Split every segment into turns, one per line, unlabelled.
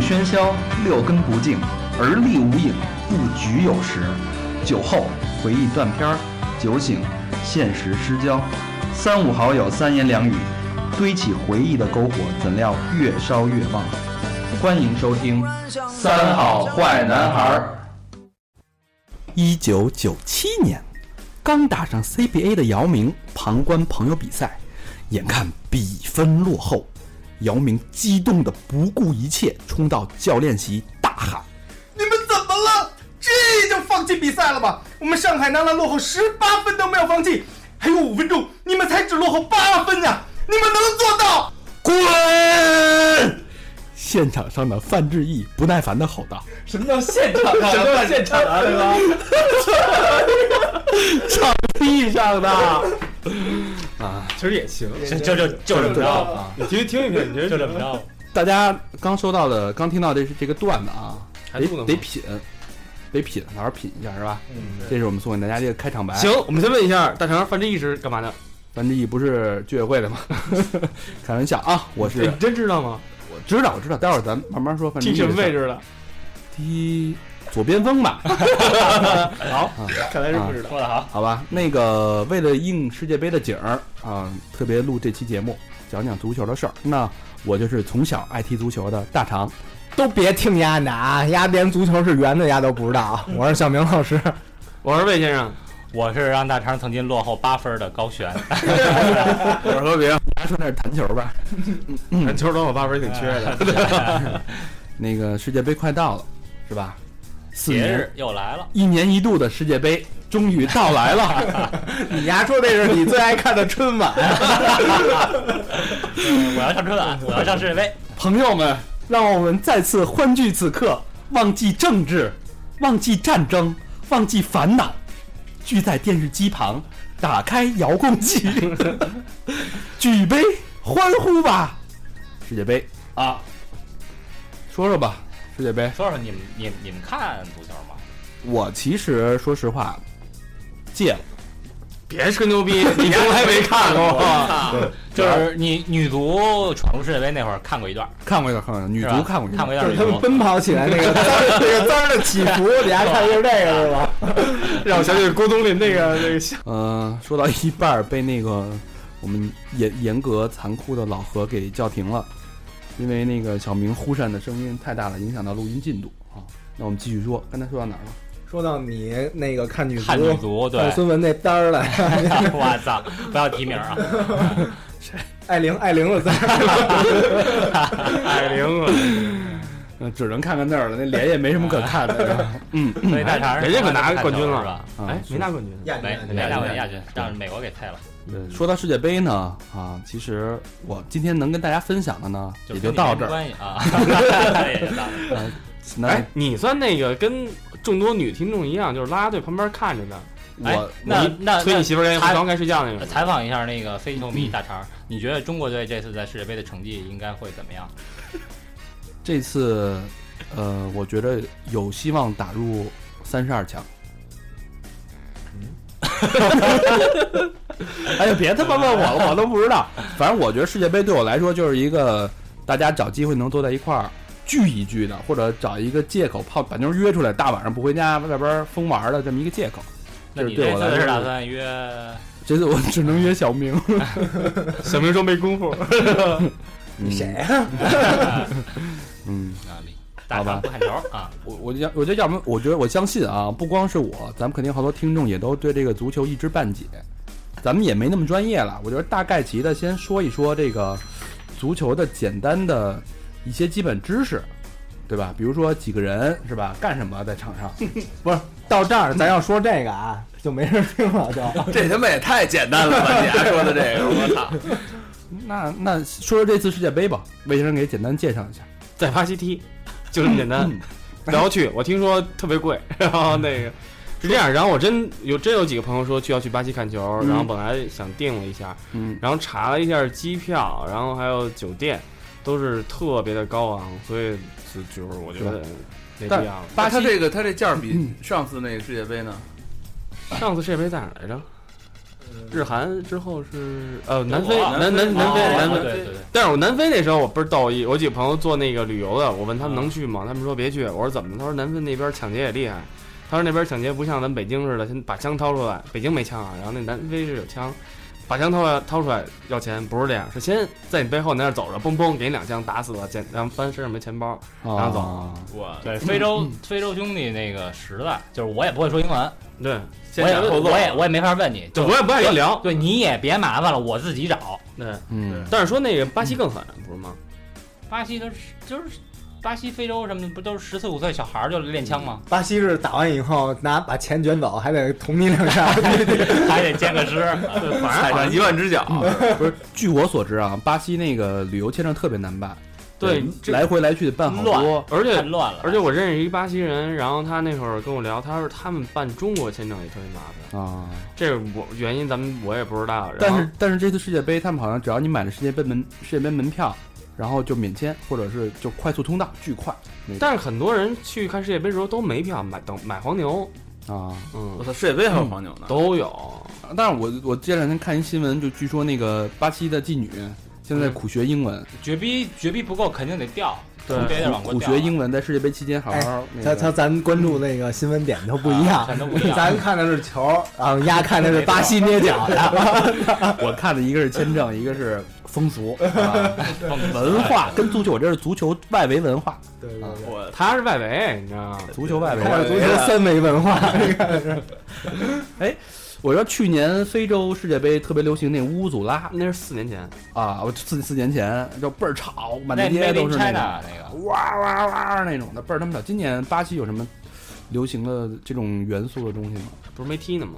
喧嚣，六根不净，而立无影，不局有时。酒后回忆断片儿，酒醒现实失焦。三五好友三言两语，堆起回忆的篝火，怎料越烧越旺。欢迎收听《三好坏男孩儿》。
一九九七年，刚打上 CBA 的姚明旁观朋友比赛，眼看比分落后，姚明激动的不顾一切冲到教练席大喊
你们怎么了？这就放弃比赛了吧？我们上海男篮落后十八分都没有放弃，还有五分钟，你们才只落后八分呀、你们能做到？：“
滚！”现场上的范志毅不耐烦的吼道
什么叫现场啊？什么叫现场啊？对吧？：“
场地上的
其实也行，
就就就就这么着啊，
你听听一遍，你觉得
就这么着。
大家刚收到的，刚听到的是这个段子啊，
还
得
嗯
录呢吗
得品，得品，好好品一下是吧？
嗯
这是我们送给大家这个开场白。
行，我们先问一下大成，范志毅是干嘛的？
樊志毅不是居委会的吗？ 开玩笑啊，我是
哎你真知道吗？
我知道我知道，待会儿咱慢慢说。樊志
踢
毅
什么
的事
位
儿
置的？
踢左边锋吧，
好，看来是不知道。
说的好，
好吧。那个为了应世界杯的景儿啊，特别录这期节目，讲讲足球的事儿。那我就是从小爱踢足球的大长，
都别听丫的啊，丫连足球是圆的丫都不知道。我是小明老师，
我是魏先生，
我是让大肠曾经落后八分的高璇，
我是和别人说那是弹球吧。
篮球当我八分挺缺的。
那个世界杯快到了，是吧？四
节
年
日又来了。
一年一度的世界杯终于到来了。
你丫说这是你最爱看的春晚，
嗯我要上春晚，我要上世界杯。
朋友们，让我们再次欢聚此刻，忘记政治，忘记战争，忘记烦恼，聚在电视机旁，打开遥控器， 举杯欢呼吧！世界杯啊，说说吧，世界杯。
说说你们，你你们看足球吗？
我其实说实话，戒了。
别吹牛逼，你从来没看过。
啊
就是你女足闯入世界杯那会儿看过一段，
看过一段，看过一段，女
女
足看过一
看
段，
过
就是
一段女
他们
足。
奔跑起来 那个那个滋儿的起伏，你丫看的是这个是吧？
让我想起郭冬临那个那个笑。
呃，说到一半儿被那个我们严严格残酷的老何给叫停了，因为那个小明忽闪的声音太大了，影响到录音进度啊。那我们继续说，刚才 说到哪儿了？
说到你那个看女足，
看女足，对
看，孙文那单儿来，
我操，不要提名 啊！
艾玲艾玲的字儿，
艾玲啊，
呃，只能看看那儿了，那脸也没什么可看 的。是吧嗯，
所以大肠
人家可拿
看
冠
球
军了
是吧？
啊
哎，没拿冠军。
没没拿过亚军，让美国给退了。
是说到世界杯呢，啊，其实我今天能跟大家分享的呢，也
是
就
跟你
到
没
这儿。
关系 啊，也就到这儿
那
哎，你算那个跟众多女听众一样，就是拉拉队旁边看着的，
哎
我
那那
催你媳妇儿该
还
回床该睡觉那 种。
采访一下那个非球迷大肠，你觉得中国队这次在世界杯的成绩应该会怎么样？
这次，呃，我觉得有希望打入三十二强。 哎呀，别他妈问我了，我都不知道。反正我觉得世界杯对我来说就是一个大家找机会能坐在一块儿聚一聚的，或者找一个借口泡，把妞约出来，大晚上不回家，外边疯玩的这么一个借口。
那
就是
你
对
这
我来
次
说
是打算约？
这次我只能约小明。
小明说没功夫，
嗯、
谁？
嗯，
啊，大
好吧
肠不看球啊，
我我要我觉得要么我觉得我相信啊，不光是我，咱们肯定好多听众也都对这个足球一知半解，咱们也没那么专业了。我觉得大概齐的先说一说这个足球的简单的一些基本知识，对吧？比如说几个人是吧，干什么在场 上？
不是到这儿咱要说这个啊，就没人听了 就。
这他妈也太简单了吧！你还说的这个，我操！ 那那说说这次世界杯吧，魏先生给简单介绍一下。
在巴西踢，就这么简
嗯
单。然后去，我听说特别贵，然后那个是这样。然后我真有真有几个朋友说去要去巴西看球，
嗯
然后本来想定了一下，
嗯，
然后查了一下机票，然后还有酒店，都是特别的高昂，所以就就是我觉得没必要了。
巴
他
西
这个他这价儿比上次那个世界杯呢？
呃上次世界杯在哪儿来着？日韩之后是呃南非南南
南
南非哦南
哦对
非，
对对，
但是我南非那时候我倍儿逗一，我几个朋友做那个旅游的，我问他们能去吗？他们说别去。我说怎么了？他说南非那边抢劫也厉害。他说那边抢劫不像咱北京似的，先把枪掏出来。北京没枪啊，然后那南非是有枪，把枪掏出来掏出来要钱，不是这样，是先在你背后你那儿走着，嘣嘣给你两枪打死了，捡然后翻身上没钱包，然后走。
啊，
我
对非洲非洲兄弟那个实在，就是我也不会说英文，
对，
我也我也我也没法问你，
就
就
我也不爱跟你聊。
对你也别麻烦了，我自己找。
对，
嗯，
但是说那个巴西更狠，不是吗？
巴西都是就是巴西、非洲什么的，不都是十四五岁小孩儿就练枪吗？
巴西是打完以后拿把钱卷走，还得捅你 两下。对对对
还得健个啊尸，
对，反
踩
啊
正好
上
像
一
万只脚。
不是，据我所知啊，巴西那个旅游签证特别难办，
对，这
嗯来回来去得办好多
乱，
而且
太乱了。
而且我认识一巴西人，然后他那会儿跟我聊，他说他们办中国签证也特别麻烦，
啊。
这个我原因咱们我也不知道。然
但
后
是但是这次世界杯，他们好像只要你买了世界杯门世界杯门票，然后就免签，或者是就快速通道，巨快
但是很多人去看世界杯的时候都没票，买等买黄牛，
啊。
嗯，
操，世界杯还有黄牛呢
都有。
但是我我这两天看一新闻，就据说那个巴西的妓女现在
嗯
苦学英文，
绝逼绝逼不够，肯定得掉，
对
别得往过
苦
掉。
学英文，在世界杯期间好
哎
好那
他
个
他咱关注那个新闻点都不一
啊
样，
全都不一样
咱看的是球，啊，丫看的是巴西捏脚的。
哎 我看的一个是签证，一个是风 俗、啊、文化，跟足球，我这是足球外围文化，
对对对，
我
他是外围，你知道吗？
足球 外
啊看
围。
着足球三维文化。
我说去年非洲世界杯特别流行那乌祖拉
那是四年前，
啊，我四四年前就倍儿吵，满大
那 Made
街
in
都是那
China 那
个
个，
哇哇哇那种的，倍儿他们吵。今年巴西有什么流行的这种元素的东西吗？
不是没踢呢吗？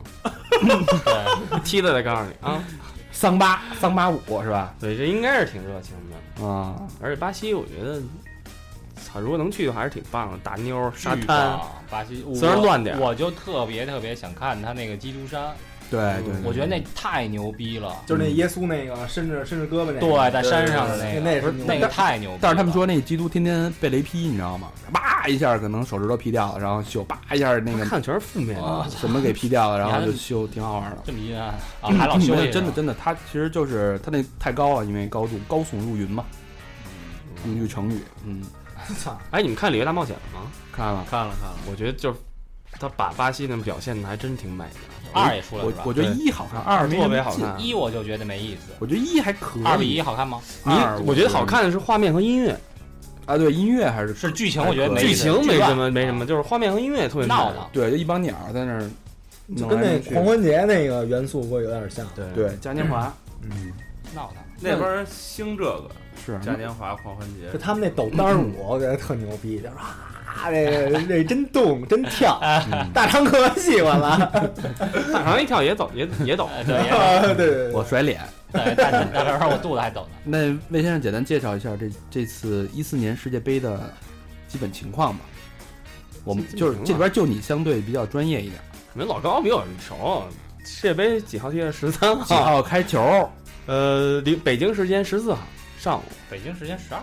踢了再告诉你啊。
桑巴桑巴舞是吧？
对，这应该是挺热情的，
啊，
而且巴西我觉得，操，如果能去的话还是挺棒的，大妞儿、沙
巨
滩，
棒，巴西
虽然乱点儿
我我就特别特别想看他那个基督山，
对对，
我觉得那太牛逼了。
就是那耶稣那个伸着伸着胳膊那个，
对，在山上的
那
个，
那也是
不是
牛
那个太牛逼了。
但是他们说那基督天天被雷劈，你知道吗？叭一下可能手指头劈掉了，然后修叭一下 那个
看全是负面的。
啊什么给劈掉了，然
你还
后
是
就修，挺好玩的。
这么阴暗啊，还老修 理
没有
呢
真的真的，它其实就是它那太高了，因为高度高耸入云嘛，一句成语，嗯，
哎，你们看《里约大冒险》了吗？
看了。
看了看了，
我觉得就是他把巴西那表现的还真挺美的，
二也出来
我
了吧
我觉得一好看，二没什
特
么
别好
劲
看。
一我就觉得没意思，
我觉得一还可以，
二比一好看吗？
你
你我觉得好看的是画面和音乐，
啊，对音乐还是
是剧情，我觉得没
剧
意思
情没什么
乱
没什
啊
么，就是画面和音乐特别美
闹腾。
对，就一帮鸟在那儿
就
弄
跟
来
那
弄去，
狂欢节那个元素会有点像。
对
对嘉年华
嗯，
闹腾，
那边
边兴这个
是
年华狂欢节
就他们那抖单舞，我觉得特牛逼，就是啊，这个这真动真跳，
嗯
大长可喜 欢了。
大长一跳也走也也走，
呃对，也
啊 对对
我
对，
甩脸。
对，但是那边我肚子还抖呢。
那魏先生简单介绍一下这这次一四年世界杯的基本情况吧。我们
基本
就是
情
这里
况
边就你相对比较专业一点，
没老高比我熟。世界杯几号踢的？十三
几
号。
号开球？
呃，离北京时间十四号上午，
北京时间十二，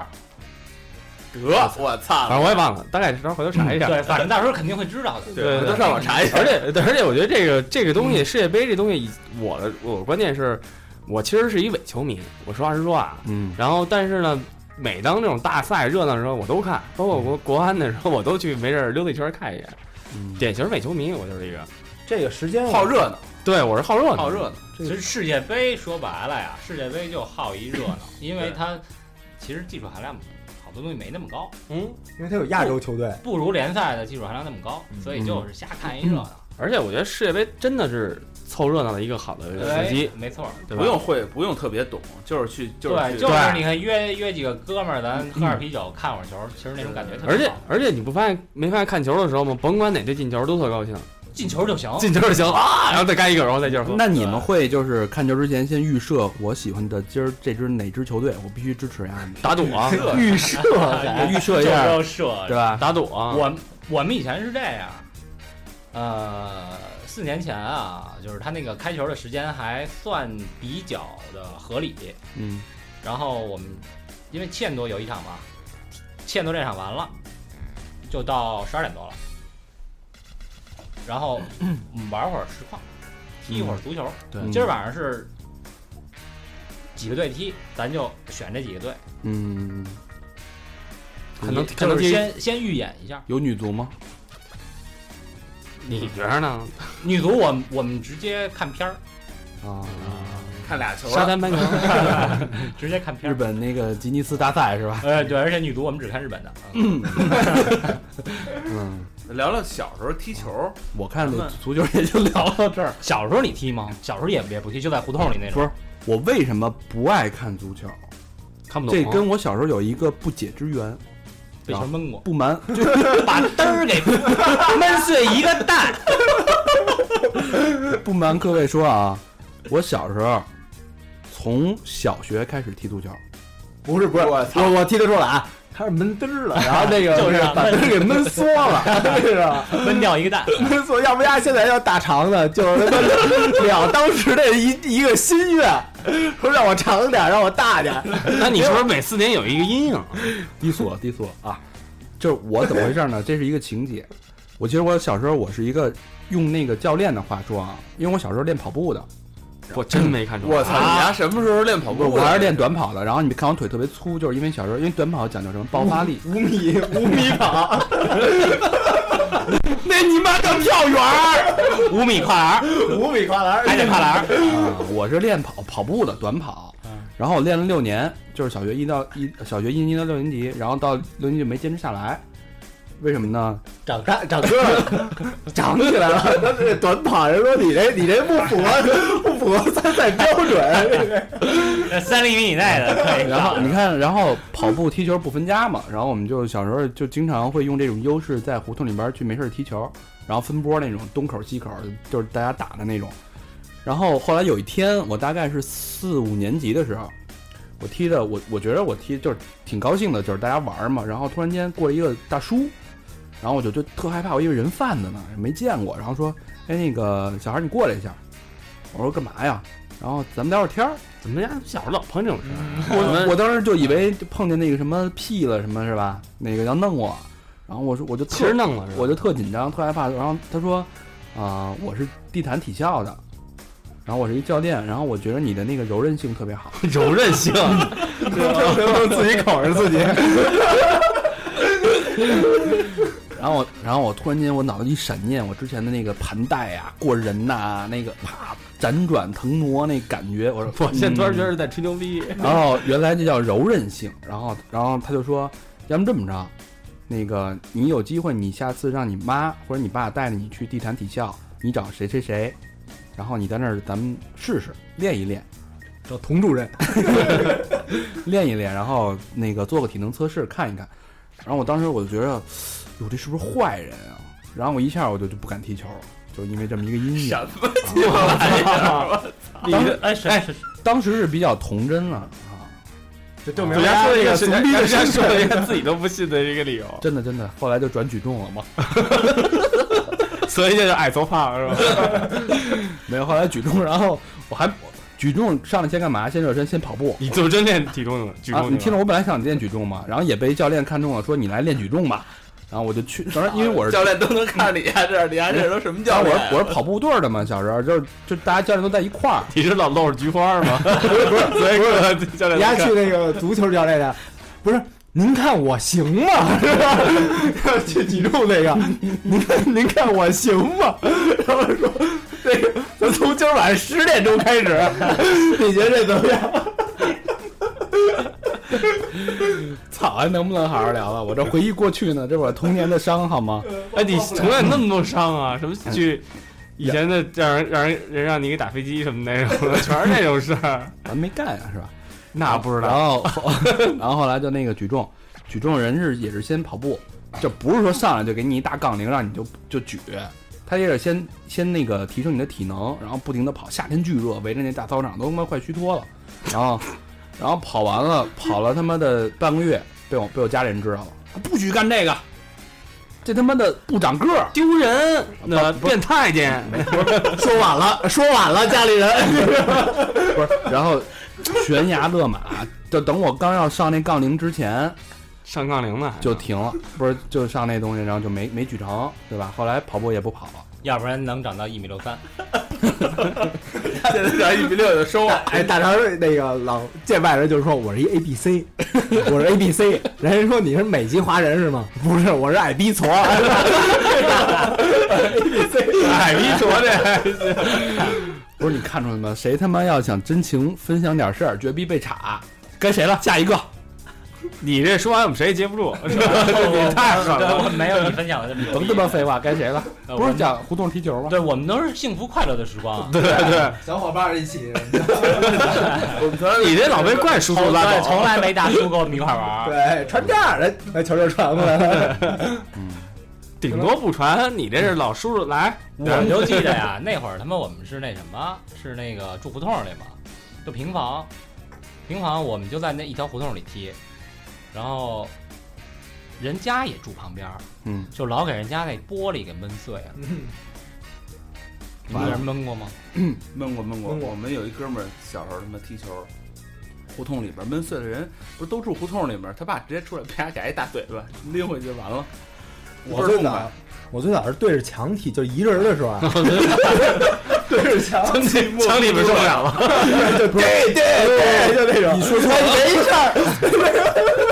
得，我操嗯
反，正我也忘了，大概这时候回头查一下。
对，反正到时候肯定会知道的。
对，
都上网查一下。
而且对而且我觉得这个这个东西，世界杯这东西，我的我关键是，我其实是一伪球迷。我实话实说啊，
嗯，
然后但是呢，每当这种大赛热闹的时候，我都看，包括国国安的时候，我都去没事儿溜达一圈儿看一眼。
嗯
典型伪球迷，我就是一个。
这个时间啊我
好热闹，
对，我是好热闹，
好热闹，
其实世界杯说白了呀，世界杯就好一热闹，因为它其实技术含量好多东西没那么高，
嗯，
因为他有亚洲球 队，
不如联赛的技术含量那么高，所以就是瞎看一热闹。
而且我觉得世界杯真的是凑热闹的一个好的时机
对，，哎没错儿。
对吧？
不用会，不用特别懂，就是去就是
对，
去
就是你看约约几个哥们儿，咱喝点啤酒，看会儿球，其实那种感觉特别好。
而且而且你不发现没发现看球的时候吗？甭管哪队进球都特高兴，
哦
进球就行，
进球就行啊，然后再干一个，然后再接着喝。
那你们会就是看球之前先预设我喜欢的今儿这支哪支球队，我必须支持一下吗？
打赌啊，
预设
对
预设一
就
下，
要射
对。吧？
打赌啊，
我我们以前是这样，呃，四年前啊，就是他那个开球的时间还算比较的合理，
嗯，
然后我们因为七点多有一场嘛，七点多这场完了，就到十二点多了，然后玩会儿实况，踢一会儿足球。
对
今儿晚上是几个队踢，咱就选这几个队。
嗯，
还能还
就
能
是
踢
先先预演一下
有女足吗？
你觉着呢？
女足，我们我们直接看片儿，
啊，
看俩球
沙
了，
滩排球，
直接看片
日
儿。
本那个吉尼斯大赛是吧？
呃，对，而且女足我们只看日本的。
嗯，
聊聊小时候踢球，
我看这足球也就聊到这儿。
小时候你踢吗？小时候也也不踢，就在胡同里那
不
种。
是我为什么不爱看足球？
看不懂。啊
这跟我小时候有一个不解之缘。
被球闷过，
不瞒，
把嘚儿给闷碎一个蛋。
不瞒各位说啊，我小时候从小学开始踢足球，
不是不是，我我踢得出来啊，他是闷嘚儿了，然后 那个
就是啊
把嘚儿给闷缩了，是吧？
闷掉一个蛋。
闷缩，要不然现在要大肠呢，就是他妈了当时的一一个心愿，说让我长点儿，让我大点儿，
那你是不是每四年有一个阴 影？
低俗低俗啊！就是我怎么回事呢？这是一个情节。我其实我小时候我是一个用那个教练的话说啊，因为我小时候练跑步的，
我真没看出来。
我操！你丫什么时候练跑步啊
我
的？
我还是练短跑的。然后你看我腿特别粗，就是因为小时候因为短跑讲究什么爆发 力，
五米五米跑，
那你妈叫跳远儿
五米跨栏，
五米哎跨栏，
还得跨栏。
啊！我是练跑跑步的短跑，然后我练了六年，就是小学一到一小学一年级到六年级，然后到六年级就没坚持下来，为什么呢？
长大长个儿了，长起来了。这 短跑人说你这你这不符合不符合参赛标准，
呃三厘米以内的可以。
然后你看，然后跑步、踢球不分家嘛，然后我们就小时候就经常会用这种优势在胡同里边去没事儿踢球，然后分波那种东口西口，就是大家打的那种。然后后来有一天，我大概是四五年级的时候，我踢的我我觉得我踢就是挺高兴的，就是大家玩儿嘛。然后突然间过来一个大叔，然后我就就特害怕，我以为人贩子呢，没见过。然后说，哎，那个小孩儿你过来一下。我说干嘛呀？然后咱们聊会儿天儿。
怎么家小时候老碰这种事儿？
我我当时就以为就碰见那个什么屁了什么是吧？那个要弄我，然后我说我就
其实
特
弄了是吧，
我就特紧张特害怕，然后他说啊、我是地坛体校的，然后我是一教练，然后我觉得你的那个柔韧性特别好，
柔韧 性。
能自己口着自己。
然后我然后我突然间我脑子一闪念，我之前的那个盘带啊过人呐、那个啪辗转腾挪那感觉，我说
我现在突然觉得是
嗯
在吹牛逼。
然后原来这叫柔韧性，然后然后他就说，要么这么着，那个你有机会，你下次让你妈或者你爸带着你去地坛体校，你找谁谁谁，然后你在那儿咱们试试练一练，
找童主任，
练一练，然后那个做个体能测试看一看。然后我当时我就觉得，哟，这是不是坏人啊？然后我一下我就就不敢踢球了，就因为这么一个阴影。
你 哎是
哎当时是比较童真了啊，
就证明
人家说了一
这
个
个怂逼的
人家
身
说
份
了一个自己都不信的一个理由，
真的真的，后来就转举重 了嘛。
所以就是矮矬胖是吧？
没有，后来举重，然后我还举重上来先干嘛？先热身，先跑步。
你就真练体重了，举重
啊，
去了
你听着，我本来想练举重嘛，然后也被教练看中了，说你来练举重吧。然后我就去，当然因为我是
教练都能看着你丫这样，你丫这都什么
当
教
然
练
我
啊？
是我是跑步队儿的嘛，小时候就是就大家教练都在一块儿，
你是老露着菊花吗？ 不是不是，所以说教练
人家 去那个足球教练那，不是您看我行吗？ 是吧？去举重那个，您看您看我行吗？然后说那个，咱从今儿晚上十点钟开始，你觉得这怎么样？
操，还能不能好好聊了？我这回忆过去呢，这是我童年的伤好吗？
哎，你从来那么多伤啊，什么去以前的让人让人人让你给打飞机什么那种的，全是那种事儿。
咱没干啊呀、是吧？
那不知
然
道，
后， 然后后来就那个举重，举重人是也是先跑步，就不是说上来就给你一大杠铃让你就就举，他也是先先那个提升你的体能，然后不停的跑。夏天巨热，围着那大操场都他妈快虚脱了，然后，然后跑完了，跑了他妈的半个月，被我被我家里人知道了，不许干这个，这他妈的不长个儿。
丢人，那变太监，
说晚了，说晚了，家里人。
不是，然后悬崖勒马，就等我刚要上那杠铃之前，
上杠铃呢，
就停了，不是就上那东西，然后就没没举成，对吧？后来跑步也不跑了，
要不然能长到一米六三。
现在这一比六就收了。
哎，大肠那个老见外人就说我是一 A B C，我是 A B C，人家说你是美籍华人是吗？不是，我是矮逼矬。
矮逼矬这，
不是你看出来吗？谁他妈要想真情分享点事儿，绝逼被查。该谁了？下一个。
你这说完我们谁也接不 住，你太狠了。
我没有你分享的这么有
甭
意
他妈
思。
废话，该谁了？
呃哎我
不是
们
讲胡同踢球吗？
对我们都是幸福快乐的时光，啊
对对，
小伙伴一起，
我们从
你这老被怪叔叔拉
对，
走。
从来没 大叔跟我们一块玩儿。
对，传这样的，哎，球球传过来了。
顶多不传，你这是老叔叔来，
我就记得呀， 那会儿他妈我们是那什么，是那个住胡同里嘛，就平房，平房我们就在那一条胡同里踢，然后人家也住旁边儿，
嗯，
就老给人家那玻璃给闷碎了。你们有人闷过 吗？
闷过闷过，
闷过
我们有一哥们儿小时候他妈踢球，胡同里边闷碎了人，不是都住胡同里面，他爸直接出来啪给他一大嘴巴，拎回去完了。
我
倍儿
最
痛快
早，我最早是对着墙踢，就一个人的时候 啊，对着墙，
墙里边受不了了。
对对对，哎就那 种。你说出来没事儿，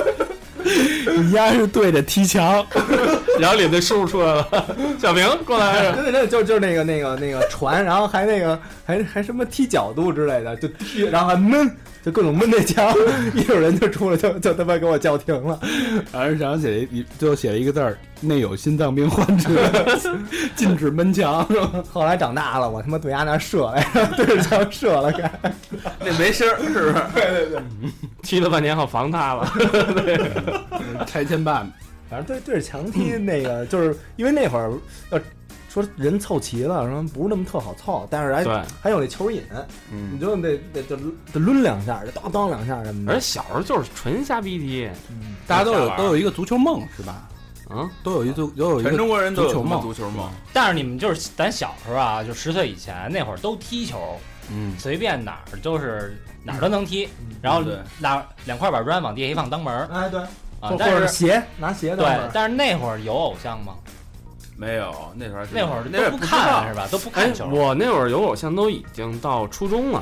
你丫是对着踢墙，
然后里头叔叔出来了，小明过来，
真的真的就就是那个那个那个传，然后还那个还还什么踢角度之类的，就踢，然后还闷，就各种闷那墙，一有人就出来就就他妈给我叫停了。
而是想写一，最后写了一个字儿：内有心脏病患者， 禁止 闷墙。
后来长大了，我他妈对伢那射来着，对着墙射了，该
那没声儿是不是？
踢了半天好防他了。
拆迁办，
反正对对着墙踢那个，就是因为那会儿要说人凑齐了，说不是那么特好凑，但是还
对，
还有那球瘾，你
嗯，
就得得得得抡两下，得当当两下什么
而
的
且。小时候就是纯瞎逼踢，
嗯
大家都
瞎
有
玩儿
都有一个足球梦是吧？
嗯，
都有一足都有一
全
个
中国人都有
足球
他妈
梦
足球梦，
但是你们就是咱小时候啊，就十岁以前那会儿都踢球，
嗯，
随便哪儿就是哪儿都能踢，然后
对
两两块板砖往地下一放当门儿
哎对，
啊
或。
但
或者
是
鞋拿鞋当
对
门，，
但是那会儿有偶像吗？
没有那会儿还是
那会儿
那会儿
都不
知道
看是吧？都不
哎
看，球。
我那会儿有偶像都已经到初中了，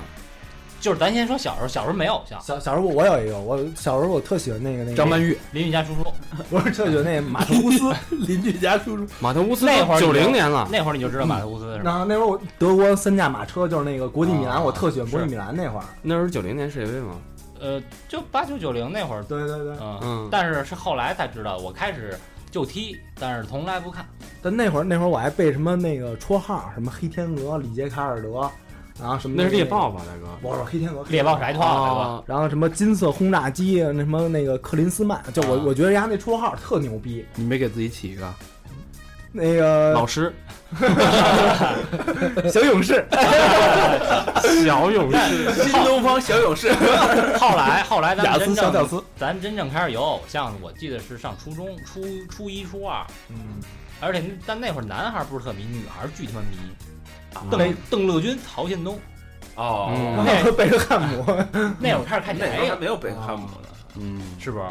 就是咱先说小时候，小时候没偶像，
小小时候我有一个，我小时候我特喜欢那个那个
张曼玉，
邻居家叔叔。
我是特喜欢那马特乌斯，
邻居家叔叔，
马特乌斯
那会儿你
九
就
零年了，
那会儿你就知道马特乌斯是吧？
然后那会儿我德国三驾马车就是那个国际米兰，
啊
我特喜欢国
是
际米兰那会儿。
那时候九零年世界杯嘛，
呃，就八九九零那会儿，
对对对，
嗯，
嗯，
但是是后来才知道，我开始就踢，但是从来不看。
但那会儿那会儿我还被什么那个绰号，什么黑天鹅、里杰卡尔德，然后什么
那是猎
个
豹，吧，大哥？
我说黑天鹅，
猎豹是挨
啥？
团了，
啊，
然后什么金色轰炸机，那什么那个克林斯曼，就我、
啊
我觉得人家那绰号特牛逼。
你没给自己起一个？
那个
老师，
小勇士，
小勇士，
新东方小勇士，
对吧？后 来后来咱
雅
们
思
真
小屌
正
丝，
咱们真正开始有偶像，我记得是上初中初初一初二，
嗯，
而且那但那会儿男孩不是特迷，女孩巨他妈迷。邓邓乐君、曹宪东，
哦，
嗯，
那
贝克汉姆，
那会儿开始看
那会
谁
儿还
呀？
没有贝克汉
啊
姆呢。
是不是？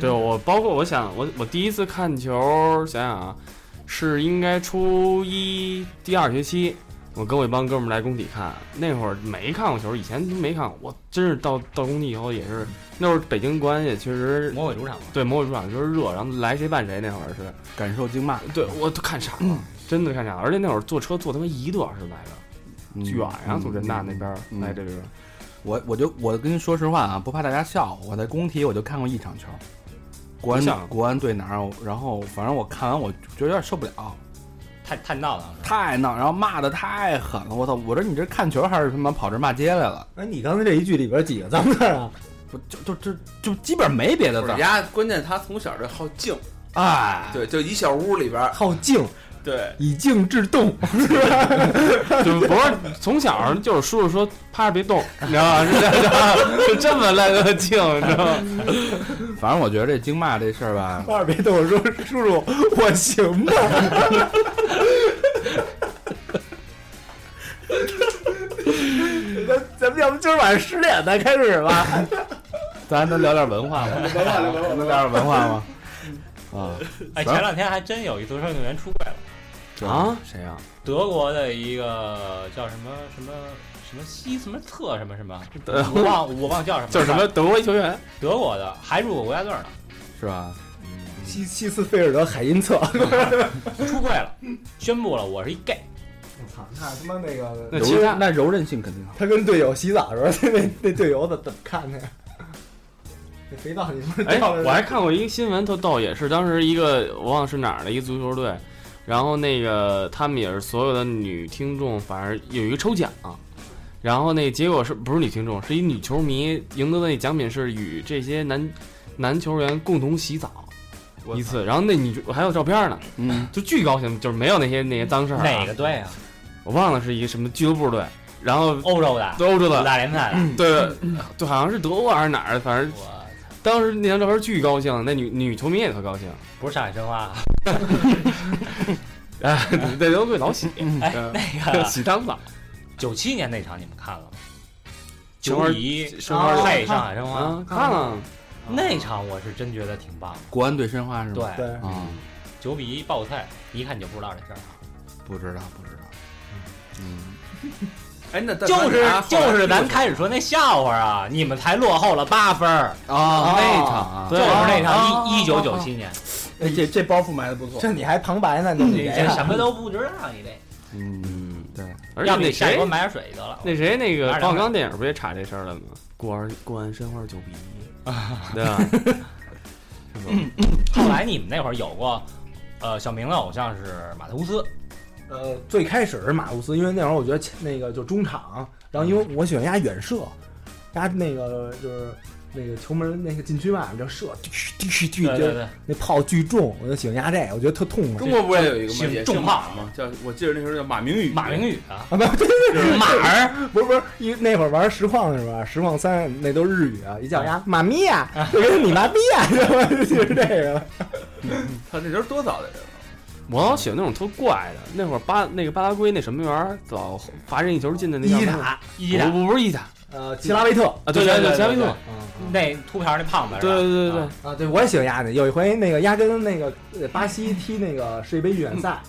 对我包括我想我我第一次看球，想想啊，是应该初一第二学期，我跟我一帮哥们儿来工体看，那会儿没看过球，以前没看过，我真是到到工体以后也是，那会儿北京国安也确实。
魔鬼主场嘛。
对，魔鬼主场就是热，然后来谁办谁那会儿是，
感受惊骂，
对我都看傻了，真的看傻了。而且那会儿坐车坐他妈一个多小时来的，
嗯
远呀，从人大啊那边儿
嗯
来这边儿。
我我就我跟您说实话啊，不怕大家笑，我在工体我就看过一场球，国
你想
安国安对哪儿，然后反正我看完我觉得有点受不了，
太太闹腾了。
太闹，然后骂的太狠了，我操！我说你这看球还是他妈跑这骂街来了？
哎，你刚才这一句里边几个脏字儿啊？
不就就就就基本没别的
不
字
是，
儿，
丫关键他从小就好静，
哎，
对，就一小屋里边儿，
好静，
对，
以静制动，
就不是从小就是叔叔说趴着别动，你知道吗？是这样， 就这么来个静，你知道吗？
反正我觉得这经骂这事儿吧，
二别对我说：“叔叔，我行吗咱？”咱们要不今儿晚上十点再开始吧？
咱还能聊点文化吗？能聊点文化吗？啊，
哎，前两天还真有一足球运动员出柜了，
啊？谁啊？
德国的一个叫什么什么什么西什么特什么什么，
德
我忘我忘叫什么，
就是什么德国一球员
德国的，还入过国家队呢，
是吧？
西西斯菲尔德海因策，
出柜了，宣布了我是一 gay，
我操，那他妈那个
那其他
那柔韧性肯定好。
他跟队友洗澡的时候，那那那队友怎怎么看的呀？那肥皂你 们
哎，我还看过一个新闻，特逗，也是当时一个我忘了是哪儿的一个足球队，然后那个他们也是所有的女听众，反正有一个抽奖、然后那结果是不是女听众，是一女球迷赢得的那奖品是与这些男男球员共同洗澡
我
一次，然后那女我还有照片呢，
嗯，
就巨高兴，就是没有那些那些脏事儿、啊，
哪个队啊？
我忘了是一个什么俱乐部队，然后
欧洲的，
都欧洲
五
的，
大联赛的，
对，对，好像是德国还是哪儿的，反正
我操，
当时那张照片巨高兴，那女女球迷也特高兴。
不是上海申花啊，
哎，那都对老洗，
哎，
嗯
那个
洗脏澡，
九七年那场你们看了吗？
申
九
花
比一啊
申花
配上海申花，
啊，看了，
那场我是真觉得挺棒的，
国安对申花是
嗯
吗？
对，
对，
啊，
九比一爆菜，一看你就不知道这事儿啊。
不知道不知道，嗯，哎，那
就是就是咱开始说那笑话啊，你们才落后了八分儿，
啊那场啊，
就是那场
啊
一一九九七年，
哎这这包袱埋的不错。
这你还旁白呢？
你
嗯你
这什么都不知道，你这
嗯，对，
而且
要不
那
你下一
谁
锅买点水就得了。
那谁那个
拿着
冯小刚电影不也查这事儿了吗？过安过安申花九比一，对啊吧？
后来你们那会儿有过，呃，小明的偶像是马特乌斯，
呃，最开始是马库斯，因为那会儿我觉得前那个就中场，然后因为我喜欢压远射，压那个就是那个球门那个禁区外面就射，滴嘘滴
对
嘘滴，
对
就
对，
那炮巨重，我就喜欢压这个，我觉得特痛快
中。国不也有一个吗？
姓
也
仲
姓
胖
吗？叫我记得那时候叫马明宇，
马明宇啊，
啊，不对，
马儿，
不是不是，一那会儿玩实况的时候啊，实况三那都日语啊，一叫呀妈咪呀，就跟你妈逼呀， 就是这个了。
他那时候多早的人了，
我老喜欢那种特怪的，那会儿巴那个巴拉圭那什么员儿老罚人一球进的那叫
伊
什么
塔，
一级打
不不不是伊塔
呃，齐拉维特，
啊，对
对对
对，
对
加维特
对，那秃瓢那胖子，
对对对
是吧
对，
啊，对，我也喜欢压的。有一回那个压跟那个呃巴西踢那个世界杯预选赛，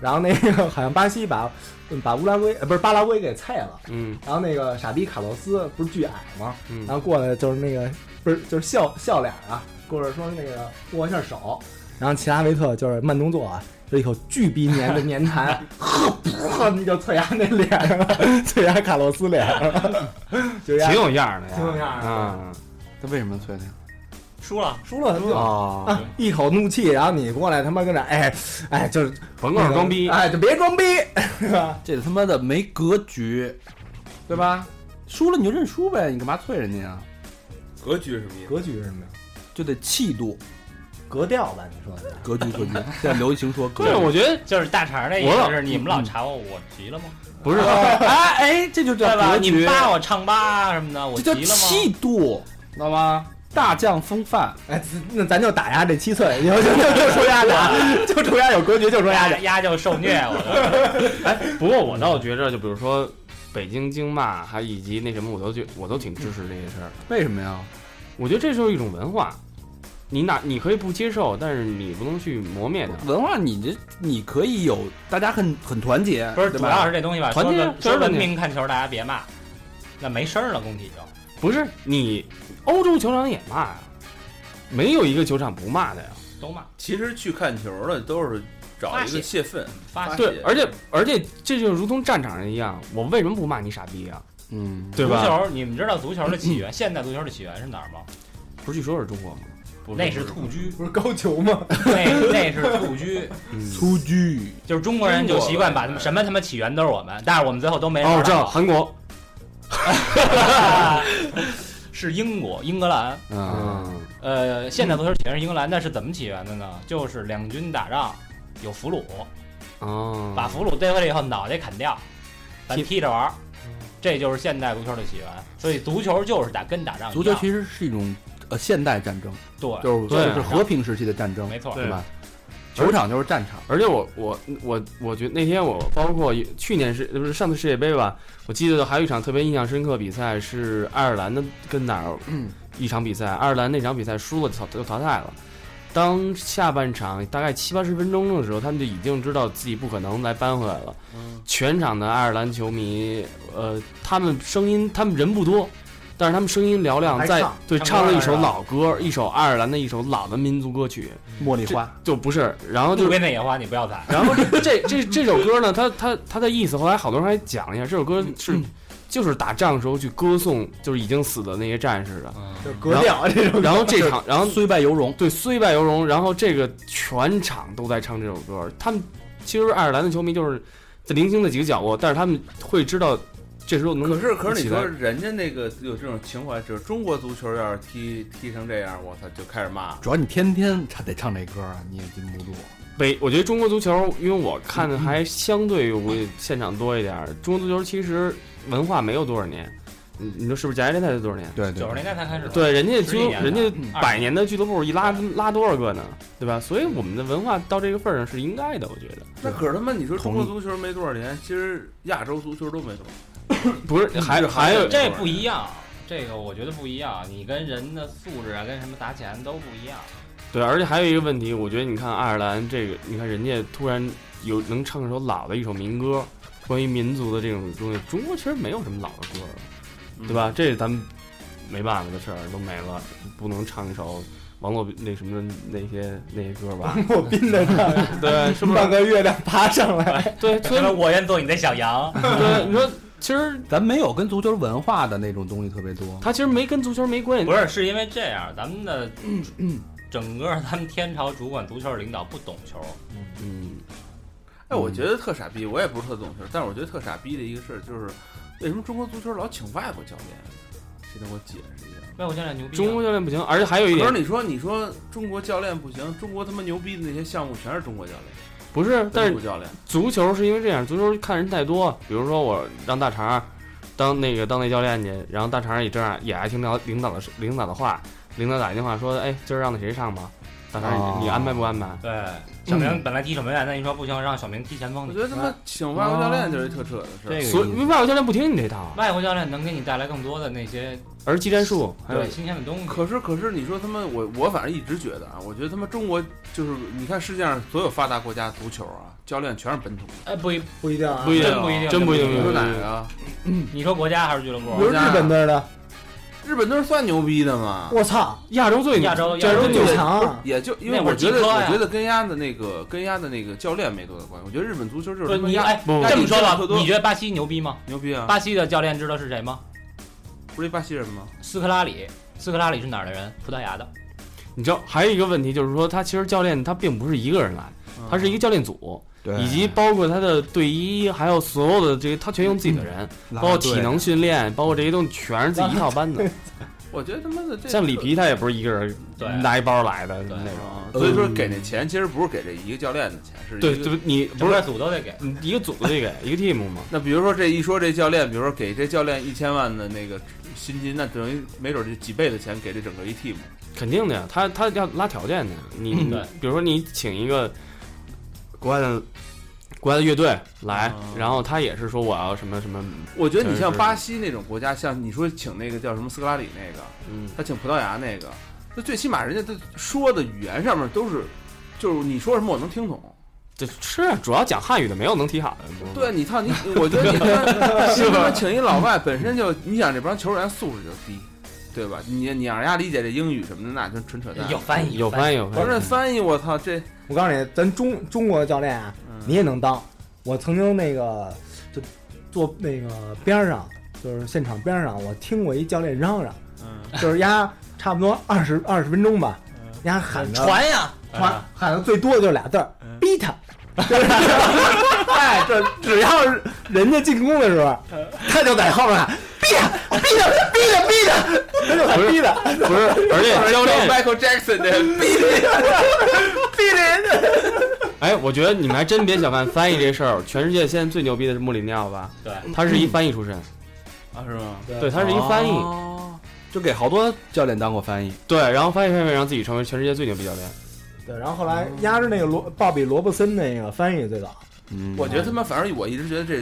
然后那个好像巴西把嗯把乌拉圭呃不是巴拉圭给菜了，
嗯
然后那个傻逼卡洛斯不是巨矮吗？
嗯
然后过来就是那个不是就是笑笑脸啊，过来说那个握一下手，然后齐拉维特就是慢动作啊。就一口巨逼黏的粘 痰，呵噗，你就啐牙那脸 上了，啐牙卡洛斯脸 上了，就压
挺有样儿的呀，
挺有样儿的
啊，
他为什么催他？
输了，
输了就
哦，
啊，一口怒气，然后你过来他妈跟这儿，哎，哎，就是
甭管是装逼，
哎，就别装逼，是吧？
啊这他妈的没格局，对吧？输了你就认输呗，你干嘛催人家啊呀？
格局是什么意思？
格局是什么呀？
就得气度，
格调吧，你说的。
格局，格局。现在流行说格
对，
局，
我觉得
就是大肠那意
我老
思是你们老查我，我急了吗？
不是
哎哎，这就叫
对吧？
格
你
局
们，扒我唱吧什么的，我
这
急
叫
了吗？
气度，知道吗？大将风范，
哎，咱那咱就打压这七寸，以 后就就就说压打，就说压有格局，就
啊
说压
压
这。
压就受虐，我的
哎，不过我倒觉着，就比如说北京经骂，还以及那什么，我都觉我都挺支持这些事儿。
为什么呀？
我觉得这就是一种文化，你哪你可以不接受，但是你不能去磨灭它。
文化，你这你可以有，大家很很团结，
不是，
对
主要
吧？
是这东西吧，
团
说
结
文
确实
说文
团结
明看球，大家别骂，那没声儿了，工体就。
不是你欧洲球场也骂呀，没有一个球场不骂的呀。
都骂
其实去看球的都是找一个泄愤，
发
啊
发
泄，
对
泄，
而且而且这就如同战场上一样，我为什么不骂你傻逼啊？
嗯，
对
足
吧？
球，你们知道足球的起源，现代足球的起源是哪儿吗？
不是据说是中国吗？
不
那是蹴鞠，
不是高俅吗？
那那是蹴鞠，
出局，
就是中国人就习惯把他们什么他妈起源都是我们，但是我们最后都没人
哦，我知道
玩
韩国，
儿 是英国英格兰，
嗯，
呃，现代足球起源是英格兰，那是怎么起源的呢？就是两军打仗有俘虏，
哦，
把俘虏逮回来以后脑袋砍掉，咱踢着玩儿，这就是现代足球的起源。所以足球就是打跟打仗一样，
足球其实是一种呃现代战争，
对，
就是
对
就是和平时期的战争，
没错
对吧？球场就是战场，
而且我我我我觉得那天我包括去年是不是上次世界杯吧，我记得还有一场特别印象深刻比赛是爱尔兰的跟哪儿一场比赛，爱尔兰那场比赛输了就淘就淘汰了，当下半场大概七八十分钟的时候，他们就已经知道自己不可能再扳回来了。
嗯
全场的爱尔兰球迷，呃，他们声音，他们人不多，但是他们声音嘹亮，
还
在
唱
对
唱歌
唱了一首
是吧
老歌，一首爱尔兰的一首老的民族歌曲，
茉莉花，
就不是，然后就
路
是
边那野花你不要采，
然后这这这这首歌呢，它它它的意思，后来好多人还讲了一下，这首歌是、
嗯
就是打仗的时候去歌颂，就是已经死的那些战士
嗯
的。
就是格调这种。
然后这 场，然后
虽败犹荣。
对虽败犹荣，然后这个全场都在唱这首歌。他们其实爱尔兰的球迷就是在零星的几个角落，但是他们会知道这时候能
可是可是你
起来
说人家那个有这种情怀，只是中国足球要是踢踢成这样，我操就开始骂。
主要你天天唱得唱这歌啊，你也禁不住。
北，我觉得中国足球，因为我看
嗯
的还相对我现场多一点儿。中国足球其实文化没有多少年，你你说是不是？甲 A 联赛才多少年？
对
九十年代才开始吧，
对，人家
十几
就
年
人
的
家百年的俱乐部一拉拉多少个呢？对吧？所以我们的文化到这个份儿上是应该的，我觉得
那可是他妈你说中
同
国
意
足球没多少年，其实亚洲足球都没多少年。
不是
嗯
还还有
这不一样，这个我觉得不一样，你跟人的素质啊，跟什么打起来都不一样。
对，而且还有一个问题，我觉得你看爱尔兰这个，你看人家突然有能唱一首老的一首民歌，关于民族的这种东西，中国其实没有什么老的歌了，
嗯
对吧？这咱们没办法的事儿都没了，不能唱一首王洛宾那什么那些那些 歌吧？
我斌 的唱，
对，是不
半
是？
个月亮爬上来，
对，所以
什么我愿做你的小羊，
对 你说，其实
咱没有跟足球文化的那种东西特别多。
他其实没跟足球没关系，
不是是因为这样，咱们的整个咱们天朝主管足球的领导不懂球，
嗯，
哎，我觉得特傻逼，我也不是特懂事，但是我觉得特傻逼的一个事儿就是，为什么中国足球老请外国教练？谁能给我解释一下？
外国教练牛逼啊。
中国教练不行，而且还有一
可
点
是你说，你说中国教练不行，中国他妈牛逼的那些项目全是中国教练，
不是，但
中
是
国教练
足球是因为这样，足球看人太多，比如说我让大肠儿当那个当那教练去，然后大肠儿也这样也爱听领导领导的领导的话，领导打一电话说，哎，今儿让那谁上吧，大肠儿你你安排不安
哦
排？
对，小明本来踢守门员，那你说不行，让小明踢前锋
我
去。
觉得他妈请外国
哦
教练就是一特扯的事儿。
这
所以因为外国教练不听你这套，
外国教练能给你带来更多的那些
而技战术还有
对新鲜的东西。
可是可是，你说他们，我我反正一直觉得啊，我觉得他们中国就是，你看世界上所有发达国家足球啊，教练全是本土的。
哎，不一，
不一定啊。
不一
真不一
定，
定
真不一定，
真
你
不一
真不
说
一
哪
定
个啊？
你说国家还是俱乐部啊
比？如
啊
日本那儿的，
日本队算牛逼的吗？
我操，
亚洲最
亚洲
亚
亚洲
最
最
对
强啊！
也就因为
那会儿
我觉得，
荆轲
我
呀
觉得跟丫的那个跟丫的那个教练没多大关系。我觉得日本足球就
不
是
是
他妈
你
丫
哎，
不
这么说吧
亚洲最，多
你觉得巴西牛逼吗？
牛逼啊！
巴西的教练知道是谁吗？
不是一巴西人吗？
斯科拉里。斯科拉里是哪儿的人？葡萄牙的。
你知道还有一个问题就是说，他其实教练他并不是一个人来，
嗯
他是一个教练组，
对
以及包括他的队医，还有所有的这个他全用自己的人，包括体能训练，包括这些东西全是自己一套班的。
我觉得他妈的这
像里皮他也不是一个人
对
拿一包来的
对
那种。
啊，所以说给那钱其实不是给这一个教练的钱，是
对，
一个
对，你
整
不
个
是
组都得给。
你一个组的这个 一个 team 嘛？
那比如说这一说这教练，比如说给这教练一千万的那个薪金，那等于没准就几倍的钱给这整个一 team。
肯定的呀，他他要拉条件的。你你
对
比如说你请一个国外的国外的乐队来
啊，
然后他也是说我要什么什么，
我觉得你
对
像
是
巴西那种国家，像你说请那个叫什么斯科拉里那个，
嗯，
他请葡萄牙那个，那最起码人家他说的语言上面都是，就是你说什么我能听懂。
这是主要讲汉语的，没有能踢好的。不是吗
对，啊你操你，我觉得你看，是吧？请一老外本身就，你想这帮球员素质就低，对吧？你你让人家理解这英语什么的，那就纯扯淡。
有翻译，
有
翻
翻译有
我
翻
这
译。
翻译，我操这，
我告诉你，咱中中国的教练啊，
嗯
你也能当。我曾经那个就坐那个边儿上，就是现场边儿上，我听过一教练嚷 嚷，
嗯
嗯
就是丫差不多二十二十分钟吧，
嗯
丫喊的
传呀，
传喊的最多的就是俩字儿，
嗯
逼 他。就是 哎，这只要是人家进攻的时候，他就在后面喊逼他，逼他，逼他，逼他，他就喊逼他。
不是，而且
哎
教练
Michael Jackson 的逼
哎，我觉得你们还真别小看翻译这事儿。全世界现在最牛逼的是穆里尼奥吧？
对，
他是一翻译出身，
啊，是吗？
对，他是一翻译，
哦
哦
就给好多教练当过翻译。
对，然后翻译翻译，让自己成为全世界最牛逼教练。
对，然后后
嗯
来压着那个罗鲍比罗伯森那个翻译最早，
嗯，
我觉得他妈，反正我一直觉得这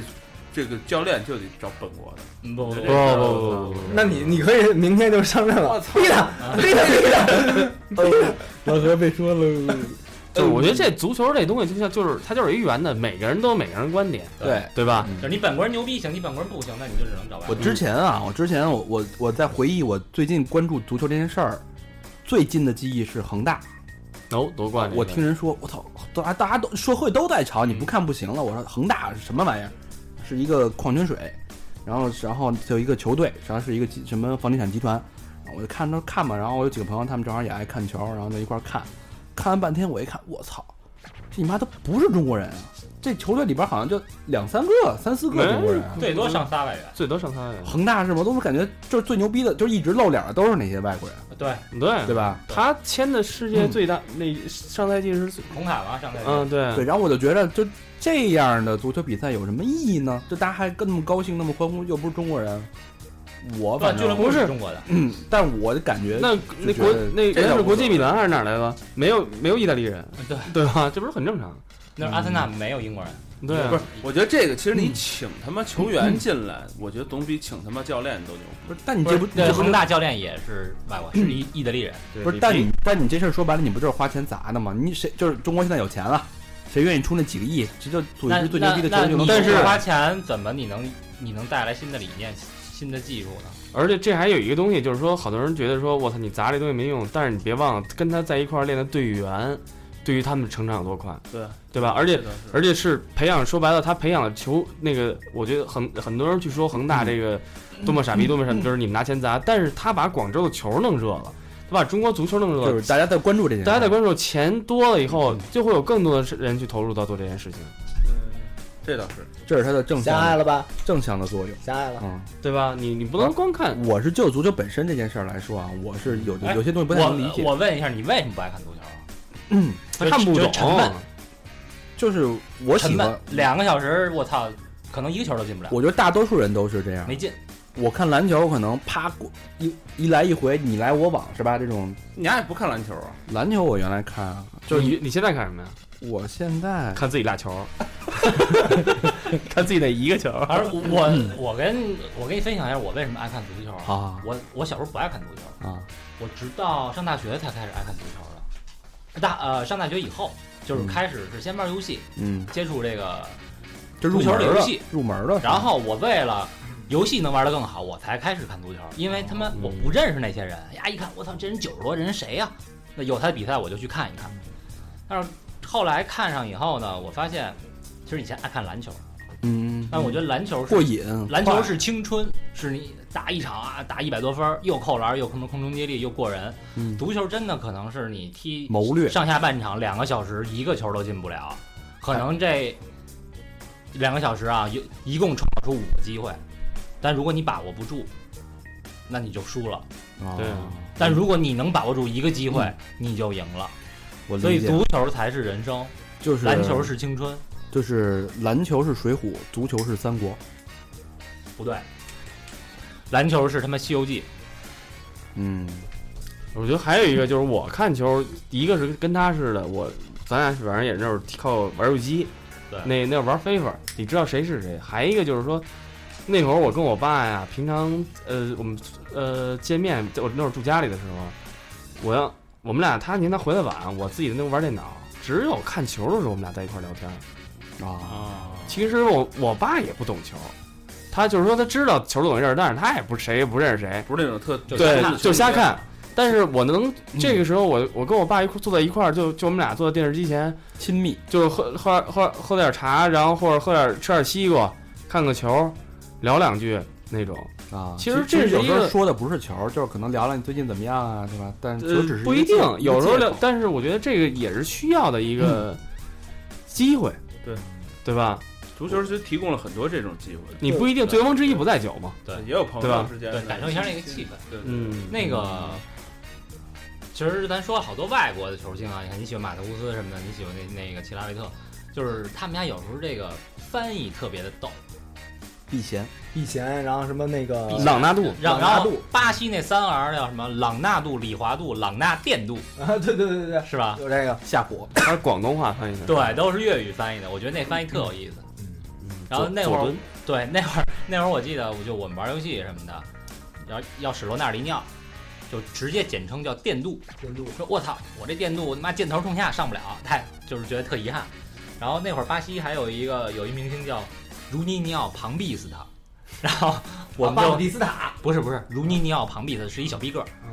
这个教练就得找本国的。
嗯不不
不
不不不不，
那你你可以明天就上任了。我操！逼啊哎他，逼他，逼他！
老何被说了，
就是我觉得这足球这东西就像就是它就是一圆的，每个人都有每个人的观点，
对，嗯
对吧？
就是你本国人牛逼行，你本国人不行，那你就只能找外国
我
人。
之前啊，我之前我我我在回忆我最近关注足球这件事儿，最近的记忆是恒大。
哦，夺冠这个，
我听人说，我操，大家大家都社会都在炒，你不看不行了。我说恒大是什么玩意儿？是一个矿泉水，然后然后就一个球队，然后是一个集什么房地产集团。然后我就看都看吧，然后我有几个朋友，他们正好也爱看球，然后就一块儿看。看完半天，我一看，我操，这你妈都不是中国人啊！这球队里边好像就两三个、三四个中国人啊。
最多上仨外援，
最多上三人，
恒大是吗？我怎么感觉就是最牛逼的，就是一直露脸的都是那些外国人，
对，
对
对吧？
他签的世界最大，那上赛季是最，
孔卡嘛，上赛季。
嗯，对
对，，然后我就觉得就这样的足球比赛有什么意义呢？就大家还跟那么高兴，那么欢呼，又不是中国人。我
对，啊
反
俱乐
正
部
不是
中国的，
嗯，但我的感觉
那那国
就觉得
那
这
原来
倒
是
不
国际
错
米兰还是哪儿来的？没有没有意大利 人，
对
对吧？这不是很正常？
那是阿森纳没有英国人，
对啊，
不是，我觉得这个其实
嗯
你请他妈球员进来，我觉得总比请他妈教练都牛
不
逼。
是，但你这不
对
这不
恒大教练也是外国，是意意大利人。
对
不是，但你但你这事儿说白了，你不就是花钱砸的吗？你谁就是中国现在有钱了，谁愿意出那几个亿，这就组
那
织最牛逼的球
那
队就能
那
打。
你花钱怎么你能你能带来新的理念、新的技术呢？
而且这还有一个东西，就是说，好多人觉得说，我操，你砸这东西没用，但是你别忘了，跟他在一块儿练的队员，对于他们成长有多快，
对
对吧？而且
这倒是
而且是培养，说白了，他培养了球那个，我觉得很很多人去说恒大这个多么傻逼，多么傻逼，就是你们拿钱砸，但是他把广州的球弄热了，他把中国足球弄热
就
了
是，大家在关注这嗯件事
大
儿，
家在关注钱多了以后，就会有更多的人去投入到做这件事情，
这倒是，
这是它的正
狭隘
向
了吧？
正向的作用。
狭隘了。
嗯，
对吧？你你不能光看，
我是就足球本身这件事儿来说啊，我是有有些东西不太能理解
我。我问一下，你为什么不爱看足球？啊
嗯，
看不
就
懂
是，沉闷
就是我
沉
喜
闷
欢，
两个小时，我操，可能一个球都进不了，
我觉得大多数人都是这样
没。 进。
我看篮球可能啪过一一来一回，你来我往是吧？这种
你俩也不看篮球啊？
篮球我原来看啊，
就是你你现在看什么呀？
我现在
嗯看自己俩 球，看自己的一个球。
而我
嗯
我跟我跟你分享一下，我为什么爱看足球。
啊
我我小时候不爱看足球，
啊，
我直到上大学才开始爱看足球的。大呃，上大学以后就是开始是先玩游戏，
嗯，
接触这 个
这入
足球
门
的游
了
戏，
入门了。
然后我为了游戏能玩得更好，我才开始看足球，因为他妈
嗯
我不认识那些人呀，一看我操，这人九十多，这人谁呀、啊那有他的比赛我就去看一看。但是后来看上以后呢，我发现其实以前爱看篮球，
嗯，
但我觉得篮球是
过瘾，
篮球是青春，是你打一场啊，打一百多分儿，又扣篮，又空空中接力，又过人。
嗯
足球真的可能是你踢
谋略
上下半场两个小时，一个球都进不了，可能这两个小时啊，一一共创造出五个机会，但如果你把握不住，那你就输了。
啊
对
但如果你能把握住一个机会，你就赢了。
嗯我
所以
理解，
足球才是人生，
就是
篮球是青春。
就是篮球是水浒，足球是三国。
不对，篮球是他妈《西游记
嗯，
我觉得还有一个就是我看球，一个是跟他似的，我咱俩反正也是靠玩游戏机
对，
那那玩飞粉，你知道谁是谁。还一个就是说，那会儿我跟我爸呀，平常呃我们呃见面，在我那会儿住家里的时候，我要我们俩他你看他回来晚，我自己在那屋玩电脑，只有看球的时候我们俩在一块儿聊天。
啊，》
其实我我爸也不懂球，他就是说他知道球怎么回事儿，但是他也不谁也不认识谁。
不是那种特
就瞎
对，
看
就瞎看。但是我能这个时候我，我跟我爸一块坐在一块儿，就就我们俩坐在电视机前，
亲密，
就是喝喝喝喝点茶，然后或者喝点吃点西瓜，看个球，聊两句那种。
啊，
其实这是
有
一
时候
个
说的不是球，就是可能聊聊你最近怎么样啊，对吧？但是
呃
球只是，
不一定
个借口，
有时候聊，但是我觉得这个也是需要的一个机会，
对
对吧？
足球其实提供了很多这种机会，
你不一定
对
醉翁之意不在酒嘛，
对
也有朋
对
友
吧
之间
对，感受一下那个气氛。。
对，对
嗯，
那个，其实咱说好多外国的球星啊，你看你喜欢马特乌斯什么的，你喜欢那那个齐拉维特，就是他们家有时候这个翻译特别的逗，
避嫌。
以前，然后什么那个
朗纳度，
让
朗
然
纳
后
度
巴西那三 R 叫什么朗纳度、里华度、朗纳电度，
啊，对对对对对，
是吧？
有这个
下火，
他是广东话翻译的，
嗯
对，都是粤语翻译的，我觉得那翻译特有意思。然后那会
左
儿
敦
对，那会儿那会儿我记得，我就我们玩游戏什么的，要要使罗纳尔迪尼奥，就直接简称叫电镀。
电镀
说我操，我这电镀，我他妈箭头冲下上不了，太就是觉得特遗憾。然后那会儿巴西还有一个有一明星叫茹尼尼奥庞毕斯塔，然 后我们
巴
就、
尔蒂斯塔，
不是不是茹尼尼奥庞毕斯塔是一小逼个儿，
嗯，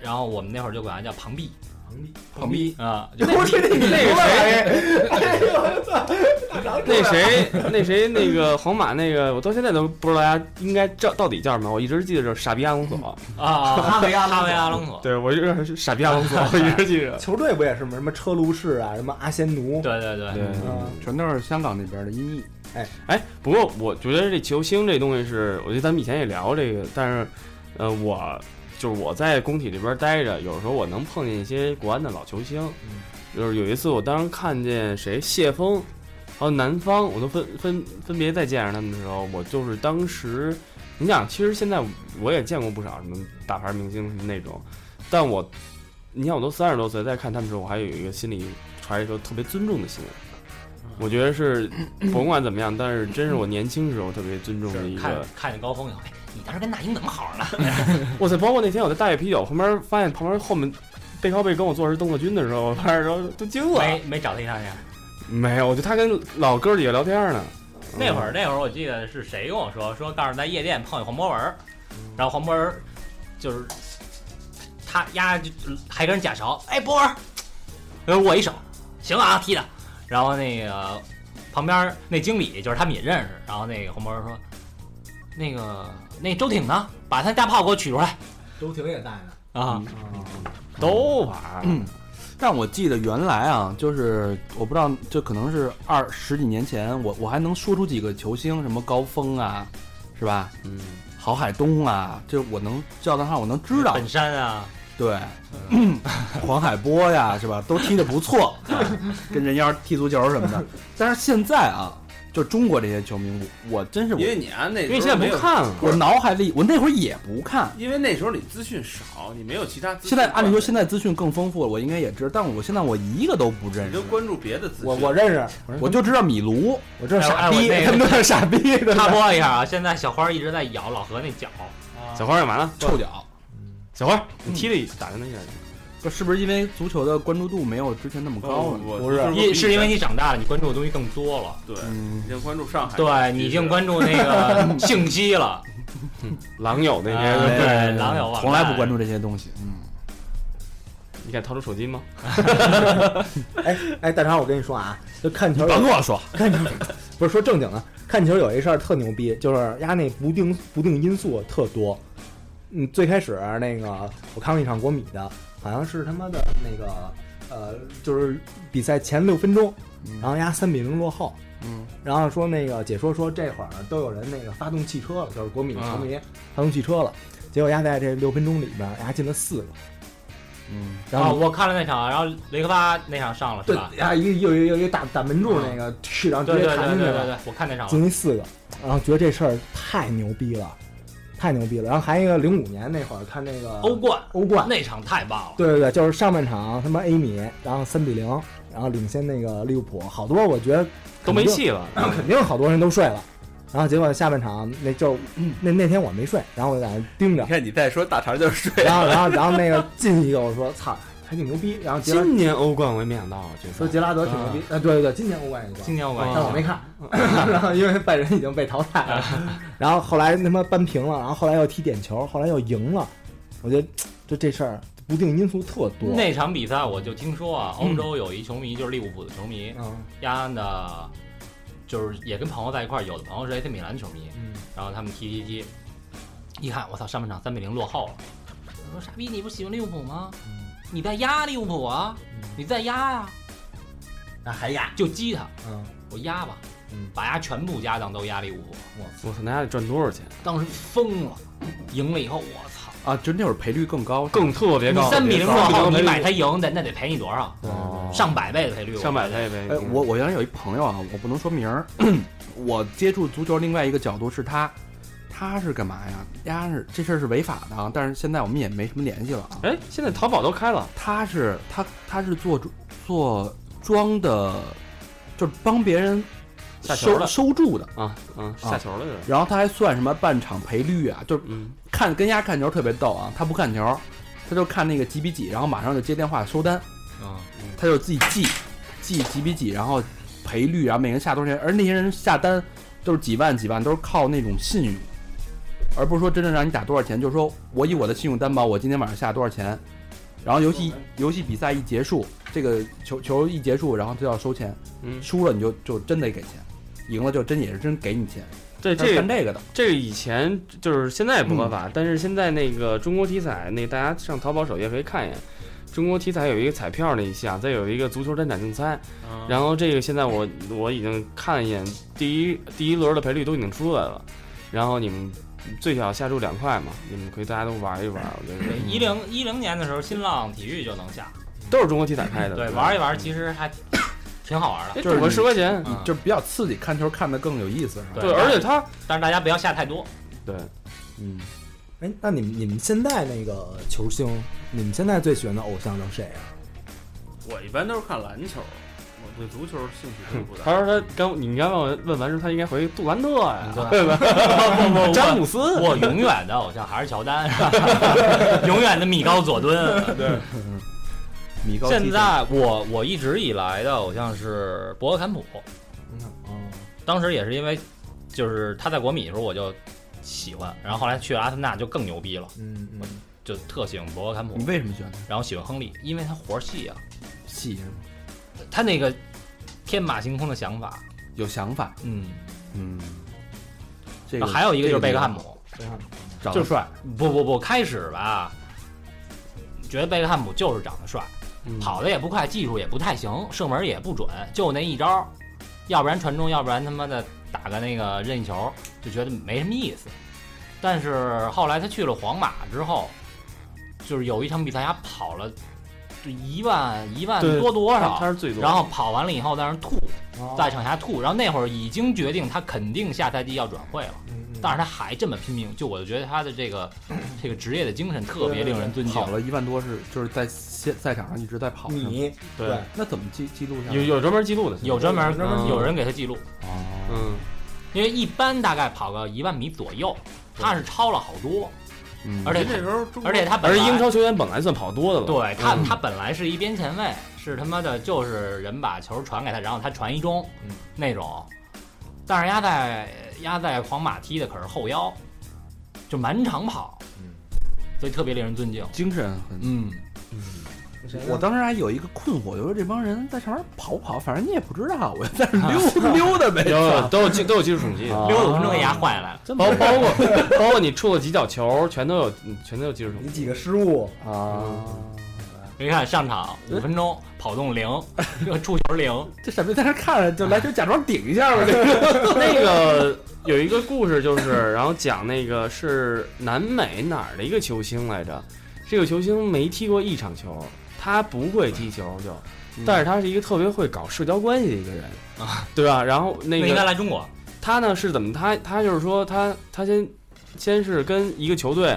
然后我们那会儿就管他叫庞毕
庞毕，
庞毕 啊，就
我去你那
那谁，那谁，那个皇马那个，我到现在都不知道大家应该叫到底叫什么。我一直记得就是傻逼阿隆索，
啊哈维哈维阿隆索，
对我就是傻逼阿 隆索，我一直记着。
球队不也是吗？什么车路士啊，什么阿仙奴，
对对对，
对，
嗯，
全都是香港那边的音译。
哎，不过我觉得这球星这东西是，我觉得咱们以前也聊这个，但是，呃，我就是我在工体这边待着，有时候我能碰见一些国安的老球星，
嗯
就是有一次我当时看见谁谢峰，还有南方，我都分分分别再见着他们的时候，我就是当时，你想，其实现在我也见过不少什么大牌明星什么那种，但我，你像我都三十多岁再看他们的时候，我还有一个心里怀着一个特别尊重的心。
嗯
我觉得是 甭管怎么样，但是真是我年轻时候特别尊重的一
是看
个。
看见高峰以后，哎，你当时跟那英怎么 好上了？
哇塞！包括那天我在大野啤酒旁边发现旁边后面背靠背跟我坐的是邓乐军的时候，我 发现时候都惊了。
没没找他一趟去。啊
没有，我就他跟老哥几个聊天呢。
那会儿那会儿我记得是谁跟我说说，告诉在夜店碰见黄博文儿，然后黄博文儿就是他丫就还跟人假勺，哎博文儿，呃我一手，行啊踢的，然后那个旁边儿那经理就是他们也认识，然后那个黄博文说，那个那周挺呢，把他大炮给我取出来
周婷也在呢。
啊，
都玩。
但我记得原来啊，就是我不知道，这可能是二十几年前，我我还能说出几个球星，什么高峰啊，是吧？
嗯，
郝海东啊，这我能叫得上，我能知道。
本山啊，
对，
嗯
黄海波呀，是吧？都踢得不错， 跟人妖踢足球什么的。但是现在啊，就中国这些球迷，我我真是我
因为你按那，
因为现在不，看了，
我脑海里，我那会儿也不看。
因为那时候你资讯少，你没有其他资讯。
现在按理说现
在
在资讯更丰富了，我应该也知道，但我现在我一个都不认
你
识
就，关注别的资讯。
我我认识，
我就知道米卢。
我这是傻逼，
哎我哎我那个
他们都是傻 逼的。
插播一下啊，现在小花一直在咬老何那脚，
啊
小花干嘛呢？
臭脚，
小花，
嗯
你踢了打他一下。
不是不是因为足球的关注度没有之前那么高
哦
了？
我
不是
因是因为你长大了，你关注的东西更多了。
对，
嗯
已，经关注上海，
对你已经关注那 个信息了，
狼友那
啊
天，
对狼啊友网
从来
站
不关注这些东西。嗯，
你敢掏出手机吗？
哎哎，大肠，我跟你说啊，就看球，
我说，
看球，不是说正经的，看球有一事儿特牛逼，就是压那不定不定因素特多。嗯，最开始那个我看过一场国米的，好像是他妈的那个呃，就是比赛前六分钟，
嗯
然后压三比零落后。
嗯，
然后说那个解说说这会儿都有人那个发动汽车了，就是国米
啊
球迷发动汽车了。结果压在这六分钟里边，压进了四个。
嗯，
然
啊
后你
我看了那场，然后雷克巴那场上了是
对
吧？，
啊，一个又又又一大大门柱那个，去然后
对
直
啊对对对
接弹进去
对
了
对，，我看那
啊
场
进
了。
去四个，然后觉得这事儿太牛逼了，太牛逼了。然后还有一个零五年那会儿看那个
欧冠
欧冠，
那场太棒了，
对对对，就是上半场他妈 A 米，然后三比零，然后领先那个利物浦，好多我觉得
都没戏了。
肯定好多人都睡了。然后结果下半场那就嗯那那天我没睡，然后我在那盯着
你，看你再说大肠就是睡，
然后然后然后那个进一个我说操，还挺牛逼。然后杰拉
今年欧冠我也没想到，我觉
说
得。
杰拉德挺牛逼，啊对对对，今年欧冠也冠。
今年我感
但我没
觉
看，然 后因为拜仁已经被淘汰了，嗯 然后后来他妈扳平了，然后后来又踢点球，后来又赢了，我觉得就这事儿不定因素特多。
那场比赛，我就听说啊，欧洲有一球迷就是利物浦的球迷，
嗯
压的，就是也跟朋友在一块儿，有的朋友是 AC 米兰球迷，
嗯，
然后他们踢踢踢，一看我操，上半场三比零落后了。我说傻逼，你不是喜欢利物浦吗？
嗯
你在压利物浦啊？你在压呀、啊
那还压，
就激他，
嗯，
我压吧
嗯，
把压全部家当都压利物浦，
我操，那家得赚多少钱？
当时疯了。赢了以后，我操，
啊，就那会儿赔率更高，
更特别高，
三比零落后，
别高
你买他赢，那那得赔你多少？
哦
上百倍的赔率。
上百台呗。
哎，我我原来有一朋友啊，我不能说名儿， 我接触足球另外一个角度是他，他是干嘛呀？他是这事儿是违法的啊，但是现在我们也没什么联系了啊。
哎，现在淘宝都开了，
他是他他是做做装的，就是帮别人
下球
收
了，
收住的。
啊啊，下球了就是，
然后他还算什么半场赔率啊？就是
嗯，
看跟丫看球特别逗啊，他不看球，他就看那个几比几，然后马上就接电话收单，
啊
嗯，
他就自己记记几比几，然后赔率，啊然后每个人下多少钱，而那些人下单都是几万几万，都是靠那种信用，而不是说真正让你打多少钱，就是说我以我的信用担保，我今天晚上下多少钱，然后游戏游戏比赛一结束，这个球球一结束，然后就要收钱，
嗯
输了你就就真得给钱，赢了就真也是真给你钱，
这
他是
这
干这个的，
这个以前就是现在也不合法，但是现在那个中国体彩，那大家上淘宝首页可以看一眼。中国体彩有一个彩票那一项，再有一个足球单场竞猜，然后这个现在我 我已经看了一眼，第一第一轮的赔率都已经出来了，然后你们最小下注两块嘛，你们可以大家都玩一玩，我觉得嗯
对，一零一零年的时候，新浪体育就能下，
都是中国体彩开的，
对，玩一玩
嗯，
其实还挺好玩的，
哎，赌个十块钱，
嗯
就是比较刺激，看球看得更有意思，是吧？
对
对，而且它
但是大家不要下太多，
对，嗯。
哎，那你们你们现在那个球星，你们现在最喜欢的偶像都是谁啊？
我一般都是看篮球，我对足球兴趣都不大。
他说他刚，你刚问我问完之后，他应该回杜兰特呀，
对
对吧？
我
詹姆斯，
我永远的偶像还是乔丹，是吧永远的米高佐敦。
米高
现在我我一直以来的偶像是博格坎普，
哦，
当时也是因为就是他在国米的时候我就喜欢，然后后来去了阿森纳就更牛逼了，
嗯嗯，
就特喜欢博格坎普
你，为什么喜欢他？
然后喜欢亨利，因为他活儿细啊，
戏是吗
他那个天马行空的想法，
有想法，
嗯，啊
嗯，这个
还有一个就是贝克汉姆，
长得帅，
不不不，开始吧，觉得贝克汉姆就是长得帅，
嗯
跑的也不快，技术也不太行，射门也不准，就那一招，要不然传中，要不然他妈的打个那个任意球，就觉得没什么意思。但是后来他去了皇马之后，就是有一场比赛他跑了就一万一万
对
多多
他
少，
是最多的，
然后跑完了以后在那儿吐，
哦
在场下吐，然后那会儿已经决定他肯定下赛季要转会了。
嗯
但是他还这么拼命，就我就觉得他的这个这个职业的精神特别令人尊敬
跑。了一万多是就是在赛赛场上一直在跑，是吗
你
对，
那怎么记记录下来？
有有专门记录的，
有专门嗯
专门
记录
有人给他记录，
哦，
嗯，
因为一般大概跑个一万米左右，他是超了好多，
嗯
而且
那时候中国
而且他本
而
来
英超球员本来算跑多的了，
对他
嗯
他本来是一边前卫，是他妈的就是人把球传给他，然后他传一中
嗯
那种，但是压在压在皇马踢的可是后腰，就满场跑，所以特别令人尊敬。
精神很。
嗯，
我当时还有一个困惑，我说这帮人在上面跑不跑，反正你也不知道，我在那溜溜达呗。
有都有技都有技术统计，
啊
溜达分钟给压坏来了。
包包括包括你出了几脚球，全都有全都有技术统
你
计。
几个失误，
啊，
你看上场五分钟，跑动零，触球零，
这傻逼在那看 着，就来球假装顶一下吧。这个
那个有一个故事就是， 然后讲那个是南美哪儿的一个球星来着，这个球星没踢过一场球，他不会踢球就，但是他是一个特别会搞社交关系的一个人啊，对吧？然后那
那
个
应该来中国。
他呢是怎么？他他就是说他他先先是跟一个球队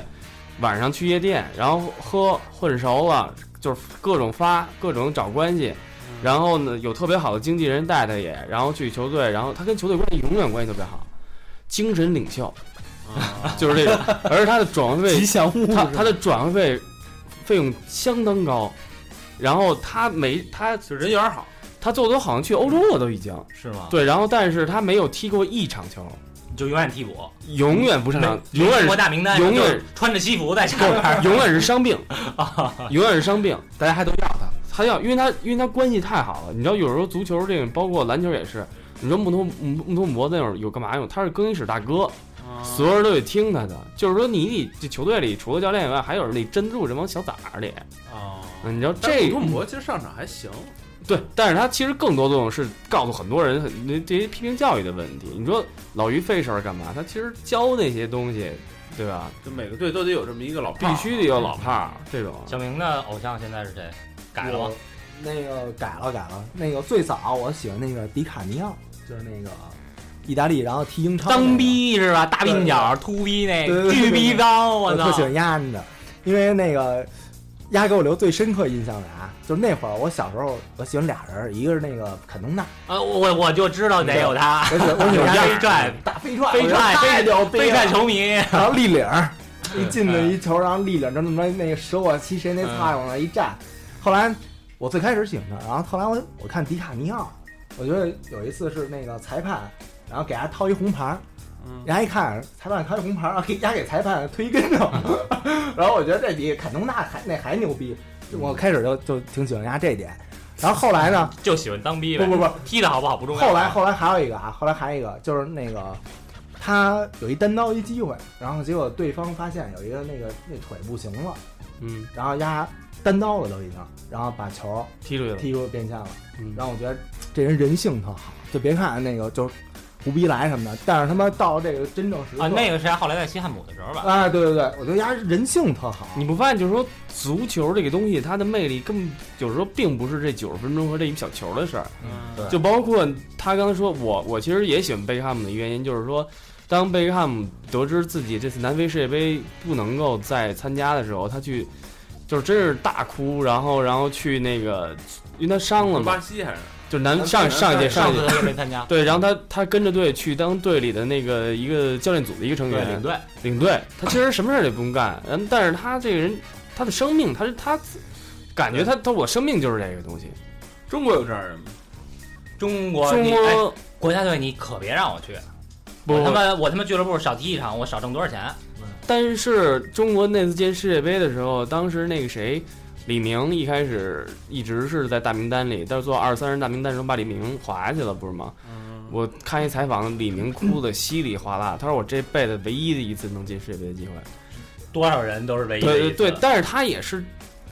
晚上去夜店，然后喝混熟了，就是各种发各种找关系，
嗯
然后呢有特别好的经纪人带他也，然后去球队，然后他跟球队关系永远关系特别好，精神领袖，
啊
就是这种，而且他的转会费
吉祥物，
他他的转会费费用相当高，然后他没他
就人缘好，
他最后都好像去欧洲了都已经，
是吗？
对，然后但是他没有踢过一场球。
你就永远替补，
永远不上场，永远
中国
是
大名单，
永远
就是穿着西服在场边儿。
永远是伤病，永远是伤病。
大家还都要他，
他要，因为他因为他关系太好了，你知道，有时候足球这个，包括篮球也是。你说穆托穆穆托姆博那会儿有干嘛用？他是更衣室大哥，所有人都得听他的。就是说，你得这球队里除了教练以外，还有人得镇住这帮小崽儿里。
哦。
嗯你知道
但是
这
古图姆博其实上场还行，
对，但是他其实更多作用是告诉很多人很那这些批评教育的问题。你说老于费事儿干嘛？他其实教那些东西，对吧？
就每个队都得有这么一个老炮
必
儿
须得有老炮儿这种。
小明的偶像现在是谁？改了
我
吗？
那个改了改了，那个最早我喜欢那个迪卡尼奥，就是那个意大利，然后踢英超那个，
当逼是吧？大鬓角、秃逼那巨逼脏，
我
我
特喜
操！
欢丫的，因为那个丫给我留最深刻印象的啊，就是那会儿我小时候我喜欢俩人儿，一个是那个肯东娜，
啊，我我就知道得有他，
我喜欢我喜
有
欢
飞
丫
踹，
大飞踹，
飞
我觉得
踹，
太牛
飞
逼
飞
了
踹球迷，
然后立领儿，一进了一球，然后立领儿，这么着那个舍我其谁那菜往那一站。后来我最开始喜欢他，然后后来我我看迪卡尼奥，我觉得有一次是那个裁判，然后给他掏一红牌儿，人家一看裁判掏一红牌儿，然后给人家给裁判推一跟头， 然后我觉得这比坎通纳还那还牛逼，就我开始就就挺喜欢人家这一点。然后后来呢？
就喜欢当逼
不
呗。
不不，
踢的好不好不重要。
后来后来还有一个啊，后来还有一个就是那个，他有一单刀一机会，然后结果对方发现有一个那个那腿不行了，
嗯，
然后压单刀了都已经，然后把球
踢出去了，
踢出变线了。
嗯
然后我觉得这人人性特好，就别看那个就是胡逼来什么的，但是他妈到这个真正时刻
啊，那个是他后来在西汉姆的时候吧？
啊，对对对，我觉得压人性特好。
你不发现就是说，足球这个东西，它的魅力根本有时候并不是这九十分钟和这一小球的事儿。
对
就包括他刚才说，我我其实也喜欢贝克汉姆的原因，就是说，当贝克汉姆得知自己这次南非世界杯不能够再参加的时候，他去就是真是大哭，然后然后去那个，因为他伤了嘛
巴，西还是
就是南上上一届
上
上一届
次他就没参加，
对，然后他他跟着队去当队里的那个一个教练组的一个成
对
员，
领队，
领队，他其实什么事儿也不用干，嗯，但是他这个人，他的生命，他是他自，感觉他他我生命就是这个东西。
中国有这样人吗？
中国
中
你哎
国
国家队你可别让我去，
不
我他妈我他妈俱乐部少踢一场我少挣多少钱？
但是中国那次进世界杯的时候，当时那个谁，李明一开始一直是在大名单里，但是做二三人大名单的时候把李明划下去了，不是吗？
嗯
我看一采访，李明哭的稀里哗啦，他说我这辈子唯一的一次能进世界杯的机会。
多少人都是唯一的
对
一
对
次
对，但是他也是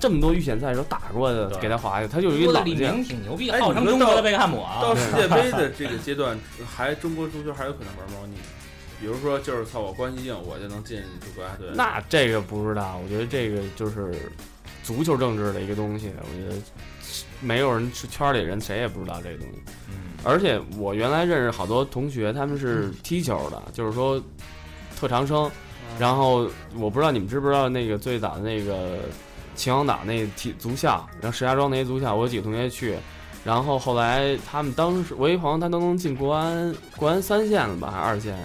这么多预选赛的时候打过的，
对
给他划下去，他就是一
中国的
个老
李
将。
明挺牛逼，
哎
号称
你说
中国的
到
贝克汉姆啊。
到世界杯的这个阶段， 还中国足球还有可能玩猫腻，比如说就是操我关系硬，我就能进国家队。
那这个不知道，我觉得这个就是足球政治的一个东西，我觉得没有人圈里人谁也不知道这个东西。而且我原来认识好多同学，他们是踢球的，就是说特长生。然后我不知道你们知不知道那个最早的那个秦皇岛那体足校，然后石家庄那些足校，我有几个同学去。然后后来他们当时，我一朋友他都能进国安国安三线了吧，还是二线？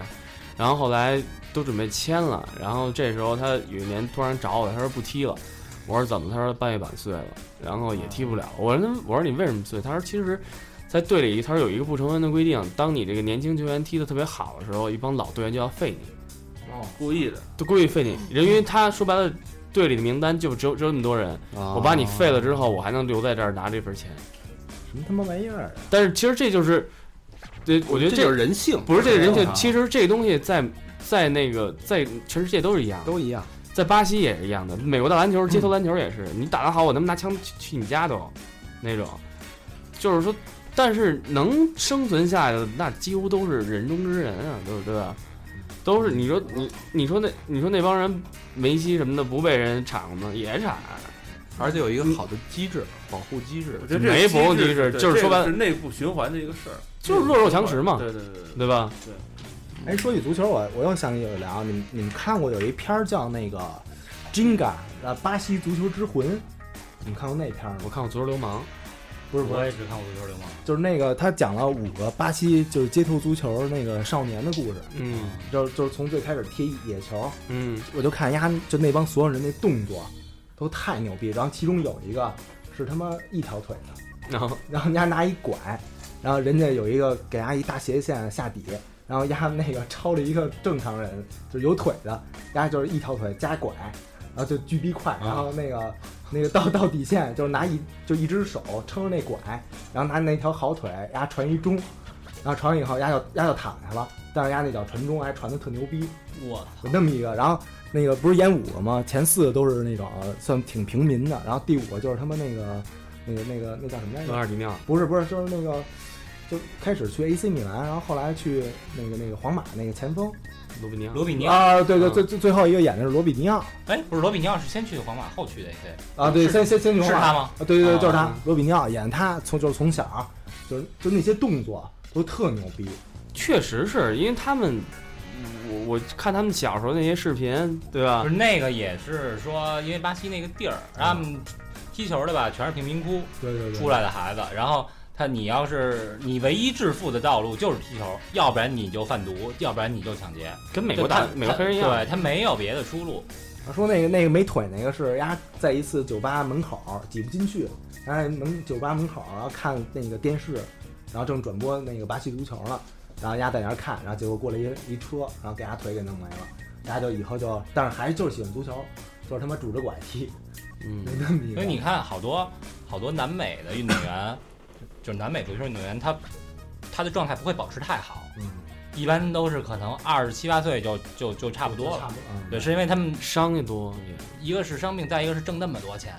然后后来都准备签了，然后这时候他有一年突然找我，他说不踢了。我说怎么？他说半月板碎了，然后也踢不了。我说那我说你为什么碎？他说其实，在队里他说有一个不成文的规定，当你这个年轻球员踢得特别好的时候，一帮老队员就要废你。
哦
故意的，
就故意废你，人因为他说白了，队里的名单就只有只有那么多人，
啊
我把你废了之后，我还能留在这儿拿这份钱。
什么他妈玩意儿啊？
但是其实这就是，对，我觉得
就
这
是人性。
不是这个人
啊
性，其实这个东西在在那个在全世界都是一样的，
都一样。
在巴西也是一样的，美国打篮球，街头篮球也是，你打得好，我能拿枪去去你家都，那种，就是说，但是能生存下来的，那几乎都是人中之人啊，对不对吧？都是你说你你说那你说那帮人梅西什么的不被人铲吗？也铲，
而且有一个好的机制，保护机制
我。觉得这
没
个
不用
机
机制
对
就是
这
说
个
白了
是内部循环的一个事儿，
就是弱肉强食嘛，
对对对对，
对吧？
哎，说起足球，我我又想起有聊，你们你们看过有一片儿叫那个《Jenga》呃，巴西足球之魂，你们看过那片儿吗
我？看过《足球流氓》，
不是不
我
是，
也只看过足球流氓，
就是那个他讲了五个巴西就是街头足球那个少年的故事，
嗯
就是就是从最开始踢野球，
嗯，
我就看丫就那帮所有人那动作都太牛逼，然后其中有一个是他妈一条腿的，
然后
然后人家拿一拐，然后人家有一个给人家一大斜线下底，然后人家那个超了一个正常人，就是有腿的，人家就是一条腿加拐，然后就巨逼快，然后那个那个到到底线就是拿一就一只手撑着那拐，然后拿那条好腿，人家传一中，然后传完以后人家就人家就躺下了，但是人家那脚传中还传的特牛逼，
我
有那么一个，然后那个不是演五个吗？前四个都是那种呃算挺平民的，然后第五个就是他们那个那个那个那叫什么来
有
着？
点奇妙，
不是不是，就是那个就开始去 AC 米兰，然后后来去那个那个皇马那个前锋
卢比尼奥
罗比尼奥，
啊，对对，
嗯
最最最后一个演的是罗比尼奥
哎，不是罗比尼奥是先去的皇马，后去的 AC，
啊，对，
是
先先先去
是
皇马，
他
啊
吗？
对对对，就是他
啊，
罗比尼奥演他从就是从小就是就那些动作都特牛逼，
确实是因为他们我我看他们小时候那些视频，对吧
不？是那个也是说，因为巴西那个地儿，他们踢球的吧，全是贫民窟
对对
出来的孩子，然后他你要是你唯一致富的道路就是踢球，要不然你就贩毒，要不然你就抢劫，
跟美国大
就他
美国黑人一样，
对他没有别的出路。
他说那个那个没腿那个是丫在一次酒吧门口挤不进去，然后在门酒吧门口然后啊看那个电视，然后正转播那个巴西足球呢，然后丫在那儿看，然后结果过来一一车，然后给丫腿给弄没了，丫就以后就，但是还是就是喜欢足球，就是他妈拄着拐踢，
嗯
没那么一个啊
所以你看，好多好多南美的运动员，就是南美足球运动员，他他的状态不会保持太好，
嗯，
一般都是可能二十七八岁就就就差不多
差
了
不。多，嗯
对，是因为他们
伤的多也
一个是伤病，再一个是挣那么多钱，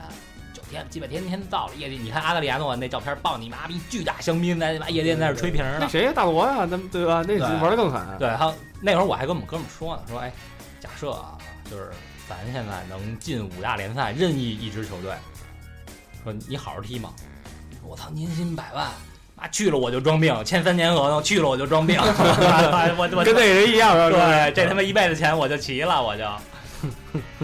就天基本天天到了夜里，你看阿德里亚诺那照片，抱你妈逼巨大香槟，在夜店在那吹瓶儿
那
呢。
谁呀，大罗呀，咱们对吧？那
对
玩的更狠，
对，还有那会儿我还跟我们哥们儿说呢，说哎，假设啊，就是咱现在能进五大联赛任意一支球队，说你好好踢嘛，我操，年薪百万。妈去了我就装病，签三年合同，去了我就装 病，我我我
跟那人一样是吧？
对这他妈一辈子钱我就齐了，我就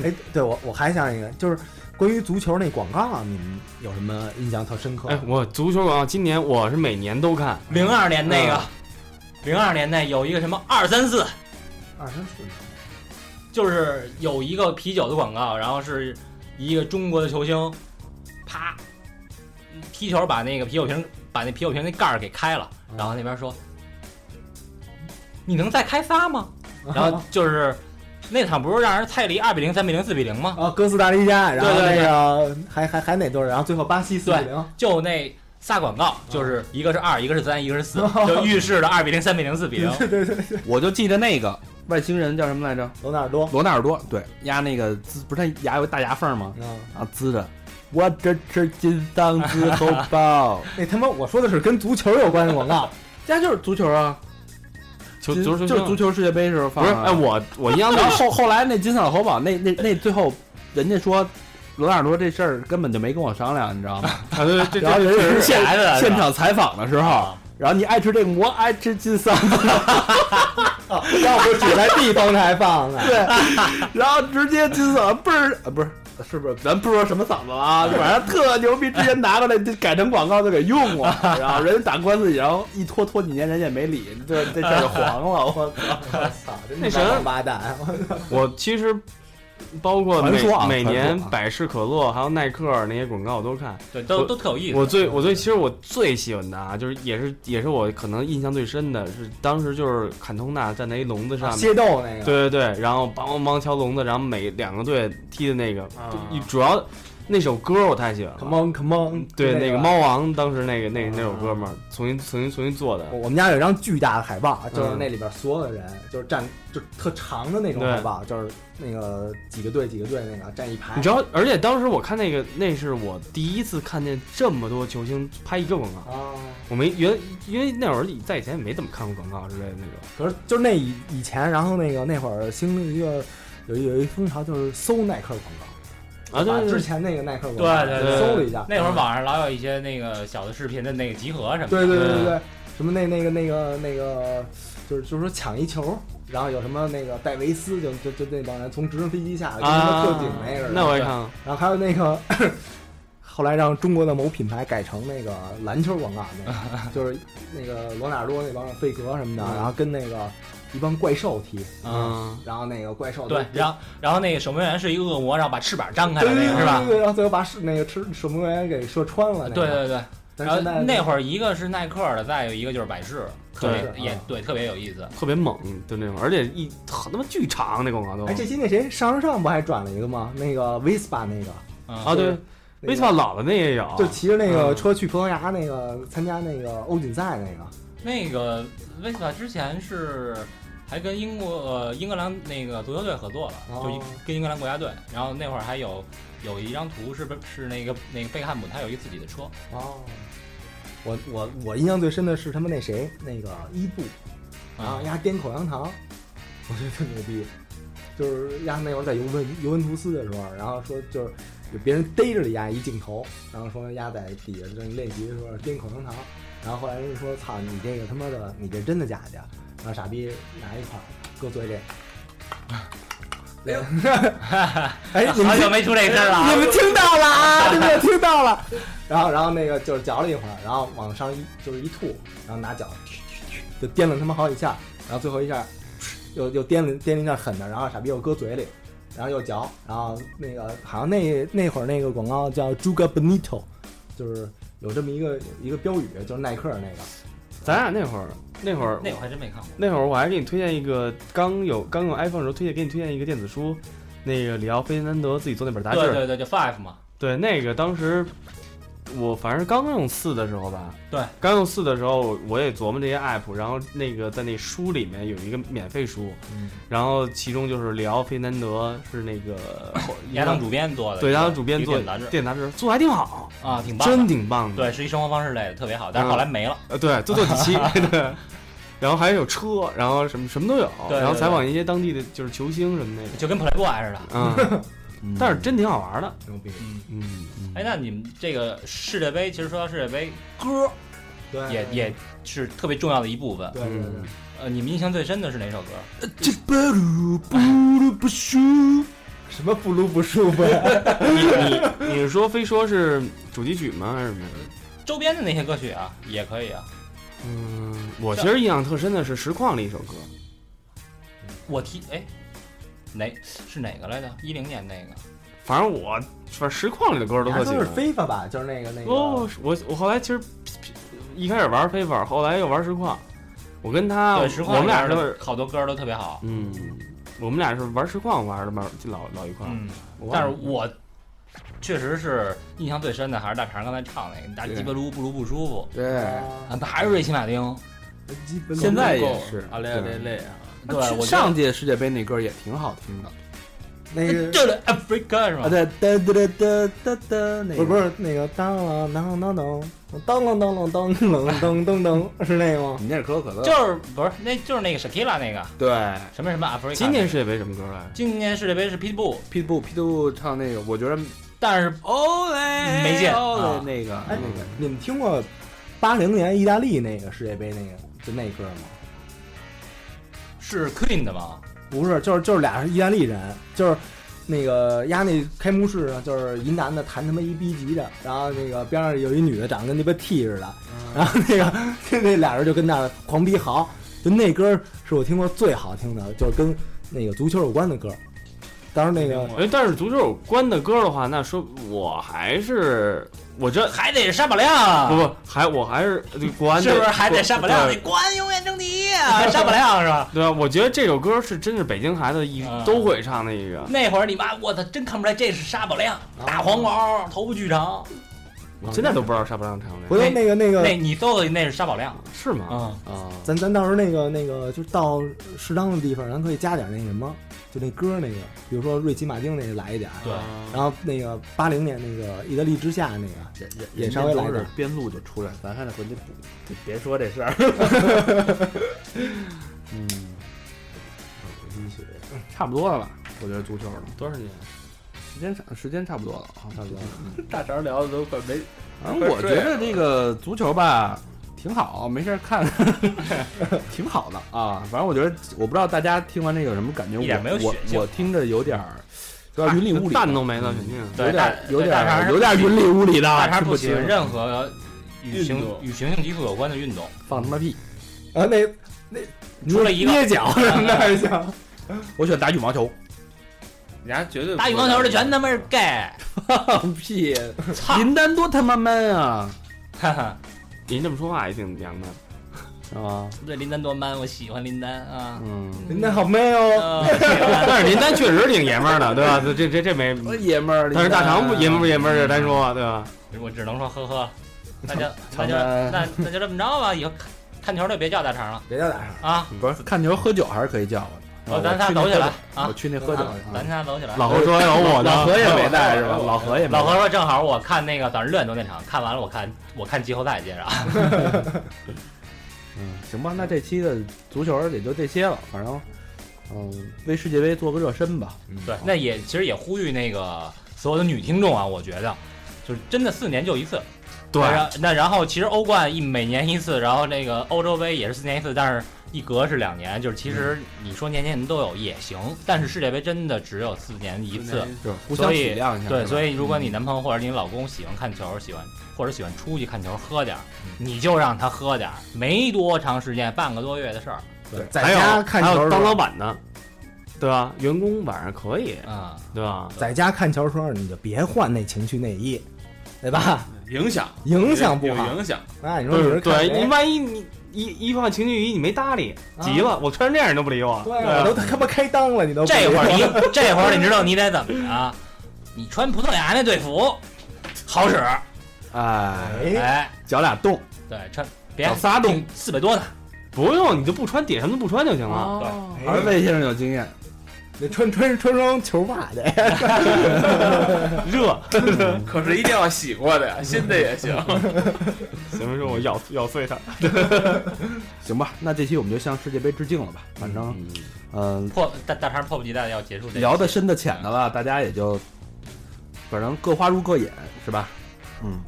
哎，对我我还想一个，就是关于足球那广告啊，你们有什么印象特深刻？
哎，我足球广告今年我是每年都看，
零二年那个，
嗯
零二年那有一个什么二三四，
二三四，
就是有一个啤酒的广告，然后是一个中国的球星，啪，踢球把那个啤酒瓶把那啤酒瓶那盖儿给开了，然后那边说，你能再开仨吗？ 然后就是那场不是让人蔡黎二比零、三比零、四比零吗？
啊，哥斯达黎加，然后
对对
那
对
个还还还哪队儿？然后最后巴西四比零，
就那仨广
啊
告，就是一个是二，一个是三，一个是 四，就预示着二比零、三比零、四比零。
我就记得那个外星人叫什么来着？
罗纳尔多，
罗纳尔多，对，压那个滋，不是他牙有大牙缝吗？
嗯，
啊，滋着，我这吃金嗓子喉包，
那他妈我说的是跟足球有关的 广告，
家就是足球啊，
球
就
足球
就是足
球
球世啊界杯时候放
不是？
的。
哎，我我印象最
然后后后来那金嗓子喉宝那那那最后，人家说罗纳尔多这事儿根本就没跟我商量，你知道吗？
啊，对 对对，
然后人家现
来的
现场采访的时候，然后你爱吃这个，我爱吃金嗓子，
要不只在地方台放啊的。
对，然后直接金嗓子倍儿呃不是。是不是？咱不说什么嗓子了啊，反正特牛逼。之前拿过来就改成广告就给用 过，然后人家打官司，然后一拖拖几年，人家也没理，这这事儿就黄了。我操！
我操，真
那
他
谁
妈王八蛋！
我其实包括
传
每
说啊
每
传说
年
啊
百事可乐还有耐克那些广告我都看。
对，都
我
都特有意思。
我最我最其实我最喜欢的啊，就是也是也是我可能印象最深的是当时就是坎通纳站在一笼子上面。
械斗那个，
对对对，然后梆梆梆敲笼子，然后每两个队踢的那个，就
啊
一主要那首歌我太喜欢了。
，Come on Come on，
对，那
那
个，啊猫王当时那个那那首歌嘛，重新重新重新做的。
我我们家有一张巨大的海报，就是
嗯
那里边所有的人，就是站就特长的那种
对
海报，就是那个几个队几个队那个站一排
你知。道，而且当时我看那个，那是我第一次看见这么多球星拍一个广告。
啊，
我没原，因为那会儿在以前也没怎么看过广告之类的那种。
可是就是那以以前，然后那个那会儿兴了一个有一有一风潮，就是搜耐克广告，
啊，
把
对
之
对
前那个耐克广告
对对
对
搜了一下，嗯
那会儿网上老有一些那个小的视频的那个集合什么的，
对对
对
对
嗯
对对，什么那那个那个那个，就是就是说抢一球，然后有什么那个戴维斯，就就就那帮人从直升飞机下来，
对
跟他
啊
们特警那个似的，
那我也看了。
然后还有那个。 后来让中国的某品牌改成那个篮球广告，那个就是那个罗纳尔多那帮人费格什么的，
嗯
然后跟那个一帮怪兽踢，
嗯，
然后那个怪兽
对，然后然后那个守门员是一恶魔，然后把翅膀张开
对
了那
对
个是
对
吧？
对，然后最后把是那个吃守门员给射穿了。那
对
个，
对对，然
但是
后
现在
那会儿一个是耐克的，再有一个就是百事，特
对
别也
啊
对特别有意思。
特别猛就那种，而且一很他妈巨长那广告都。
哎，这期那谁上上上不还转了一个吗？那个 Vespa 那个
嗯
啊，对，
那个
威斯帕老的那也有，
就骑着那个
嗯
车去葡萄牙那个参加那个欧锦赛那个
那个威斯塔之前是还跟英国呃英格兰那个足球队合作了，
哦
就一跟英格兰国家队。然后那会儿还有有一张图是是那个那个贝克汉姆他有一自己的车，
哦。我我我印象最深的是他们那谁那个伊布，然后
嗯
压颠口香糖，我觉得特牛逼。就是压那会儿在尤文尤文图斯的时候，然后说就是有别人逮着了压一镜头，然后说压在底下正练习的时候颠口香糖，然后后来人家说操你这个他妈的你这真的假的呀？然后傻逼拿一块儿搁嘴里。
哎，好久没出这事儿
你
了。
们听到了啊！ 你们也听到了。然后，然后那个就是嚼了一会儿，然后往上一就是一吐，然后拿脚去去去就颠了他妈好几下，然后最后一下又又颠了颠了一下狠的，然后傻逼又搁嘴里，然后又嚼，然后那个好像那那会儿那个广告叫 Juga Bonito，就是有这么一个一个标语，就是耐克那个。
咱俩那会儿，那会儿
那我还真没看过。
那会儿我还给你推荐一个，刚有刚用 iPhone 的时候推荐给你推荐一个电子书，那个里奥费迪南德自己做那本杂志，
对对对，就 Five 嘛，
对，那个当时我反正刚用四的时候吧，
对，
刚用四的时候我也琢磨这些 app，然后那个在那书里面有一个免费书，
嗯
然后其中就是里奥费南德是 那个
亚当主编做的，
对，然后
当
主编做
杂志
电子杂志做得还挺好，
啊，挺棒的，
真挺棒的，
对，是一生活方式类的，特别好，但是
嗯
后来没了。
呃对，就做几期，对。然后还有车，然后什么什么都有，
对对
然后采访一些当地的就是球星什么 那个，
就跟 Playboy 似的。
嗯，但是真挺好玩的，
牛逼，
嗯，
哎，那你们这个世界杯，其实说到世界杯，歌
对，
也也是特别重要的一部分。
对对对，
呃，你们印象最深的是哪首歌？
什么不撸不舒 服呀？
嗯你你你是说非说是主题曲吗？还是什么？
周边的那些歌曲啊，也可以啊。
嗯，我其实印象特深的是实况里一首歌，
我提哎，哪是哪个来着？一零年那个
反正我反正实况里的歌都特
都
喜
是
欢。
非法吧？就是那个那个。
哦，我我后来其实一开始玩非法，后来又玩实况。我跟他，
对，实
我
况
们
里
俩
边
都
的
是，
好多歌都特别好。
嗯，我们俩是玩实况玩的嘛，就老老一块儿。
嗯，
我
但是我确实是印象最深的还是大肠刚才唱那个“大鸡巴撸不撸不舒服
对，”，
啊，还是瑞奇马丁。
现在也是啊嘞啊嘞嘞啊！
对，
那
我觉得
上届世界杯那歌也挺好听的，
那个
就是 Africa 是
啊
吧？
对，哒哒哒哒哒哒，那
不是不，是那个当啷当啷当啷当啷当啷当啷当当是那个吗？
你那是可口可乐，
就是不是那就是那个 Shakira 那个
对
什么什么 Africa。
今年世界杯什么歌来着？
今年世界杯是 Pitbull，
，P 布 P 布唱那个，我觉得
但是
哦嘞
没见啊
哦嘞那个
哎
那个，
你们听过八零年意大利那个世界杯那个就那歌吗？
是 Queen 的吗？
不是，就是就是俩是意大利人，就是那个压那开幕式上就是一男的弹他妈一逼急的，然后那个边上有一女的长得跟那个 T 似的，然后那个那俩人就跟那儿狂逼嚎，就那歌是我听过最好听的，就是跟那个足球有关的歌。当时那个
哎，但是足球有关的歌的话，那说我还是我这
还得是沙宝亮，
不不还我还是国安
是
队
啊不是还得沙宝亮？
对
那国安永远争第一啊，沙宝亮是吧？
对啊，我觉得这首歌是真是北京孩子一
嗯
都会唱的一个。
那会儿你妈，我操，真看不出来这是沙宝亮，大黄毛，头发巨长。
嗯
我现在都不知道沙不让唱
回
的，
头那个那个
那你搜搜，那是沙宝亮
是吗？
啊，
啊，
咱咱到时候那个那个，就是到适当的地方，咱可以加点那什么，就那歌那个，比如说瑞奇马丁那个来一点，
对，
然后那个八零年那个意大利之夏那个，
人
也
人
稍微
家
来
都
点
是边录就出来，咱还得回去补。就别说这事 儿，
嗯，
嗯
差不多了吧？我觉得足球了，
多少年？
时间差时间差不多了啊。
差不多。嗯
大肠聊的都快没
反正我觉得这个足球吧挺好，没事儿 看，挺好的啊。反正我觉得，我不知道大家听完这有什么感觉，
一点没有
我
血
我
性
我听着有点儿，有
啊
点云里雾里的，
蛋都没了，肯定。
对
有点儿
大
有
对
点
大肠
儿
是
有点儿云里雾里的，啊
大肠啊
听
不
不
喜欢
清，
任何与
运
行
动
与雄性激素有关的 运动，
放他妈屁。
啊，那
除了一个
捏脚什么的还行，
我选打羽毛球，人家绝对
打羽毛球的全他妈是 gay，
放屁。
操！
林丹多他妈 man 啊，
哈哈，
您这么说话也挺娘的，
是吧？
对林丹多 man，我喜欢林丹啊。
嗯。
那好 man 哦，
啊喜欢
但是林丹确实挺爷们儿的，对吧？这这这这没。
多爷们儿。啊
但是大肠不爷们儿
儿，
不爷们儿，这单说，对吧？
我只能说呵呵，那就那
长
就
安
那那就这么着吧，以后看看球就别叫大肠了
别叫大声，
啊！
不是看球喝酒还是可以叫我的。
哦
啊
咱仨
去那
走起
喝
来
酒
啊
我去那喝酒
啊
去。
咱仨走起来。
老何说有我的，
老何也没带是吧？老何也没带
老何说：“正好我看那个早上六点多那场，看完了我看我看季后赛接着啊。
嗯，行吧，那这期的足球也就这些了，反正，嗯，为世界杯做个热身吧。
对，那也其实也呼吁那个所有的女听众啊，我觉得就是真的四年就一次。
对
哎
那然那然后其实欧冠一每年一次，然后那个欧洲杯也是四年一次，但是一隔是两年，就是其实你说年年你都有也行，但是世界杯真的只有四年一次，嗯
就是互
所
相
以
体谅一下。
对，所
以
以如果你男朋友或者你老公喜欢看球，喜欢或者喜欢出去看球喝点儿，你就让他喝点儿，没多长时间，半个多月的事儿
在
还
家
有
看
还
球
有
儿时
当
候，
老板的，对吧？员工晚上可以，
啊。
对吧？
在家看球儿时候你就别换那情趣内衣，对吧？
影响
影响不
有
好。
影响。
那你说你
对
是看
对，
谁
你万一你一一放情趣衣你没搭理，急了，我穿成这样你都不理我，
啊对啊，我都他妈开裆了，你都不
这会儿你 这会儿你知道你得怎么着？你穿葡萄牙那队服好使，
哎，
哎，
哎，
脚俩洞，
对，穿别
脚仨洞，
四百多呢，
不用你就不穿，底下什么都不穿就行
啊
哦
了。
还是魏先生有经验，
得穿穿穿双球袜去。哎
热，
嗯可是一定要洗过的呀，新的也 行。
什么时候我咬咬碎它？
行吧？那这期我们就向世界杯致敬了吧。反正，嗯，
迫大大肠迫不及待的要结束这
聊的深的浅的了，大家也就反正各花入各眼，是吧？ 嗯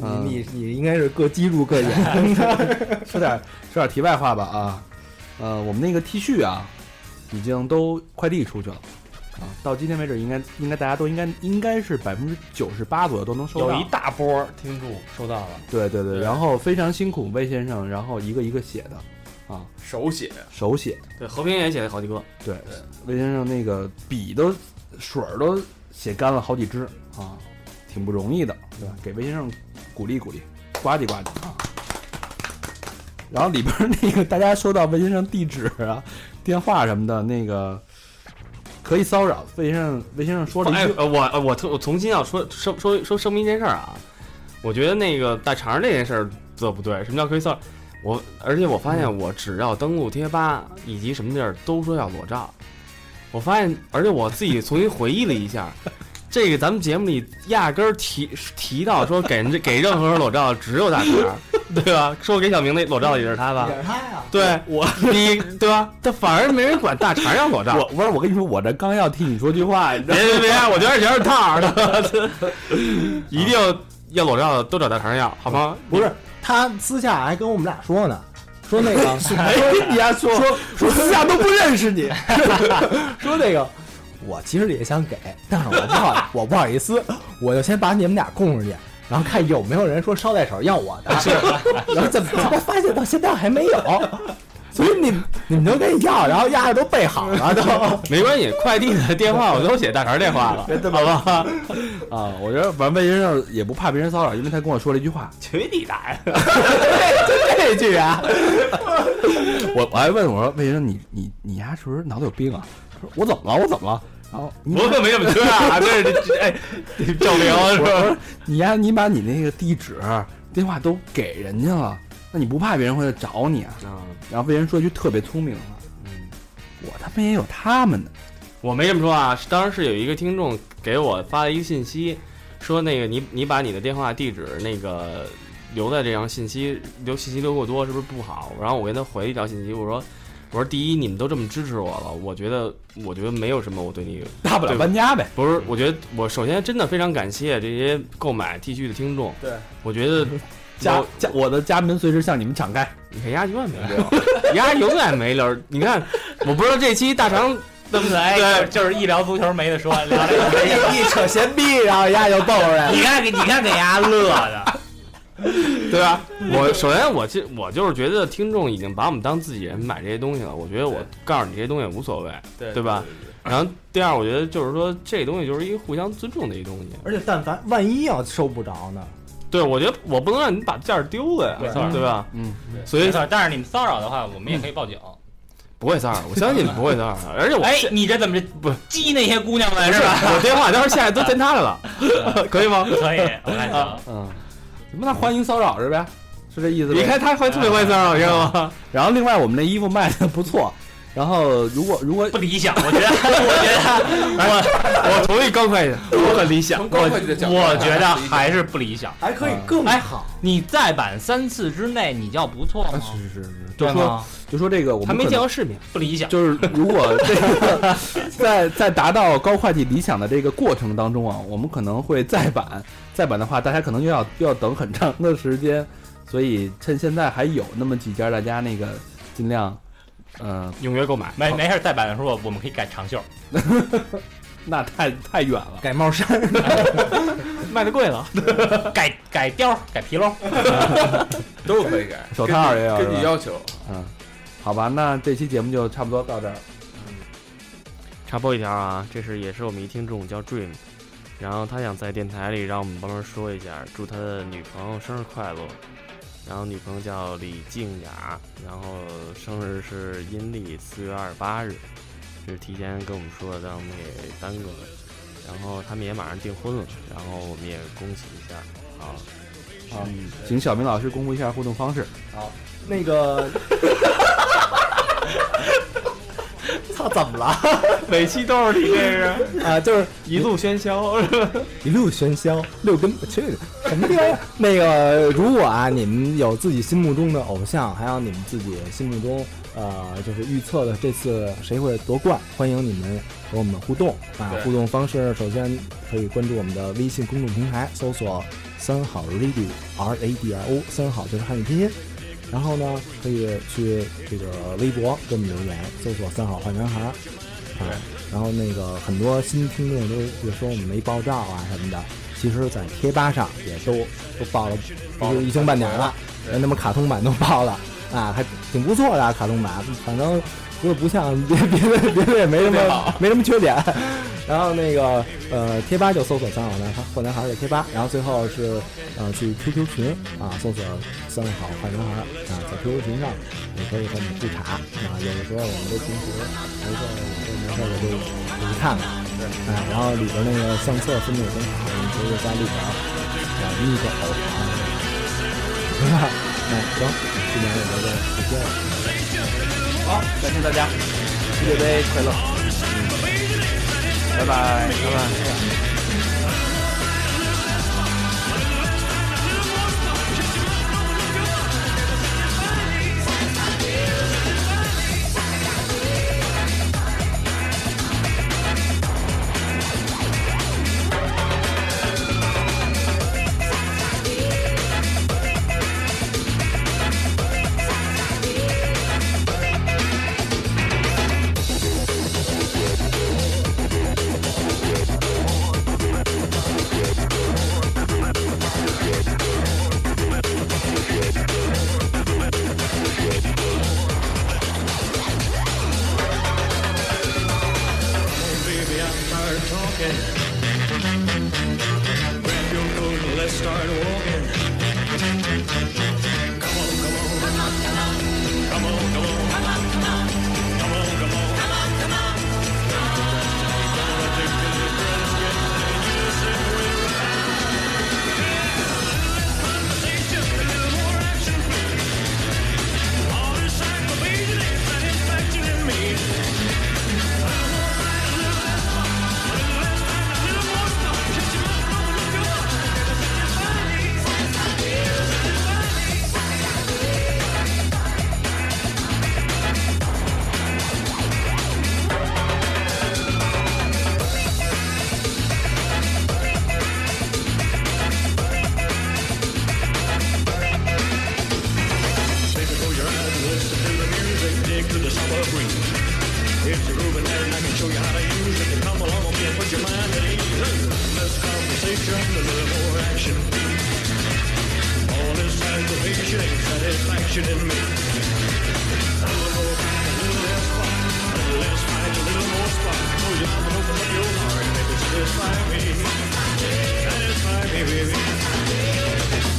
你你你应该是各击入各眼，
说点说点题外话吧啊，呃，我们那个 T 恤啊，已经都快递出去了啊，到今天为止应该应该大家都应该应该是百分之九十八左右都能收
有
到
一。大波听众收到了，
对对对，
对
然后非常辛苦魏先生，然后一个一个写的啊，
手写
手写。
对，和平也写了好几个，
对，魏先生那个笔都水儿都写干了好几支啊，挺不容易的，对吧？给魏先生鼓励鼓励，呱唧呱唧啊。然后里边儿那个大家收到魏先生地址啊、电话什么的，那个可以骚扰魏先生。魏先生说了一
哎，
句，
呃我呃我特我重新要说说说说声明一件事儿啊，我觉得那个大肠这件事儿做得不对。什么叫亏色？我而且我发现我只要登录贴吧以及什么地儿都说要裸照，我发现，而且我自己重新回忆了一下，这个咱们节目里压根儿提提到说给人给任何人裸照只有大肠，对吧？说给小明那裸照也是他 吧？
是他呀。
对我你对吧？他反而没人管大肠要裸照。
我不是我跟你说，我这刚要替你说句话，你知道
别
吗
别别，我觉得全是套的，一定要要裸照的都找大肠要，好吗？
不是，他私下还跟我们俩说呢，说那 个
哎，你还说说
说私下都不认识你，说那个我其实也想给，但是我不好，我不好意思，我就先把你们俩供出去。然后看有没有人说捎带手要我的，然后怎 么怎么发现到现在还没 有，所以你你们都跟要，然后丫的都备好了都，
没关系，快递的电话我都写大肠电话了，好吧？
啊？我觉得反正魏先生也不怕别人骚扰，因为他跟我说了一 句话，
去你大 爷！
这句啊，
我我还问我说，魏先生你你你丫是不是脑子有病啊？他说我怎么了？我怎么了？然后你
我可没这么缺啊，这是这哎，赵明是吧？
你呀，你把你那个地址、电话都给人家了，那你不怕别人会来找你啊？然后被人说一句特别聪明的话，嗯，我他妈也有他们的，
我没这么说啊，是当时是有一个听众给我发了一个信息，说那个你你把你的电话地址那个留在这张信息留信息留过多是不是不好？然后我给他回了一条信息，我说我说第一你们都这么支持我了，我觉得我觉得没有什么我对你
大不了搬家呗。
不是，我觉得我首先真的非常感谢这些购买 T 恤的听众。
对，
我觉得
家
我
家我的家门随时向你们敞开。
你看丫永远没 溜，丫永远没溜。你看，我不知道这期大肠
对不对？就是一聊足球没得说，聊这个没意思
一扯闲逼，然后丫就蹦出来了。
你看给你看给丫乐的，
对吧？我首先我这我就是觉得听众已经把我们当自己人买这些东西了。我觉得我
对
告诉你这些东西也无所谓，
对
对吧？然后第二，我觉得就是说这东西就是一个互相尊重的一东西。
而且但凡万一要收不着呢，
对，我觉得我不能让你把价儿丢了
对
呀，对吧？
嗯，
所以
没错但是你们骚扰的话，嗯我们也可以报警。
不会三儿，我相信你不会三儿，而且我
哎
是，
你这怎么
不
激那些姑娘们是吧？
我电话当时现在都电他来了，可以吗？
可 以，我看行。
嗯，怎么那欢迎骚扰是呗？是这意思呗？嗯
你看他还特别会骚啊扰，你知道吗？
然后另外我们那衣服卖的不错，然后如果如果
不理想，我觉 得，我
我同意高会计，我很理想
从高会计的
觉得，
角度来
我
看，
觉得还是不理想。
还可以更好。
啊 你再版三次之内，你叫不错
啊
吗？
是是是，就
对
说
吗？
就说这个我们
还没
可能
见过世面，
不理想，
就是如果这个 在在达到高会计理想的这个过程当中啊，我们可能会再版，再版的话，大家可能又要又要等很长的时间，所以趁现在还有那么几家，大家那个尽量嗯
呃，踊跃购买。
没没事儿，再版的时候我们可以改长袖。
那太太远了。
改帽衫，卖的贵了。
改改貂儿，改皮褛儿，
都可以改，
手套也有
根据根
是
据
吧
要求。
嗯
好吧，那这期节目就差不多到这儿。
插播一条啊，这是也是我们一听众叫 Dream，然后他想在电台里让我们帮忙说一下，祝他的女朋友生日快乐。然后女朋友叫李静雅，然后生日是阴历四月二十八日，这是提前跟我们说的，但我们给耽搁了。然后他们也马上订婚了，然后我们也恭喜一下啊！
请小明老师公布一下互动方式。
那个
操，怎么了？
每期都是你这个，
啊，就是
一路喧嚣。
一路喧嚣，六根去什么地方？那个，如果啊，你们有自己心目中的偶像，还有你们自己心目中呃，就是预测的这次谁会夺冠，欢迎你们和我们互动啊！
对
互动方式首先可以关注我们的微信公众平台，搜索“三好 radio r a d i o”，三好就是汉语拼音。然后呢，可以去这个微博给我们留言，搜索“三好坏男孩”。啊，然后那个很多新听众都就说我们没爆照啊什么的，其实，在贴吧上也都都爆了，就是一星半点了，连他妈卡通版都爆了啊，还挺不错的、啊、卡通版，反正不是不像别别的别的也没什么没什么 缺点。然后那个呃，贴吧就搜索三好男孩坏男孩的贴吧，然后最后是呃去 QQ 群啊，搜索三好坏男孩啊，在 QQ 群上也可以和我们互查啊，有的时候我们都平时没事儿没事儿我就我就看看，哎、然后里边那个相册分类很好，我们直接在里边啊密个 偶啊，那哎行，今天我们就再见了。
baby, I'm tired of talking. Grab your coat and let's start walking. Come on, come on. Come on, come on. Come on, come on. Gonna take till your breath gets in you the same way around. Take just a little more action. All this aggravated satisfaction in me. Baby, close your eyes and listen to the music. Dig to the summer breeze. If you're grooving there, and I can show you how to use it. Then come along again, put your mind at ease. Less conversation, a little more action. All this aggravation ain't satisfaction in me. A little more fight, a little less fight. A little less fight, a little more spark. Close your eyes and open up your heart. Baby, satisfy me. Satisfy me, baby.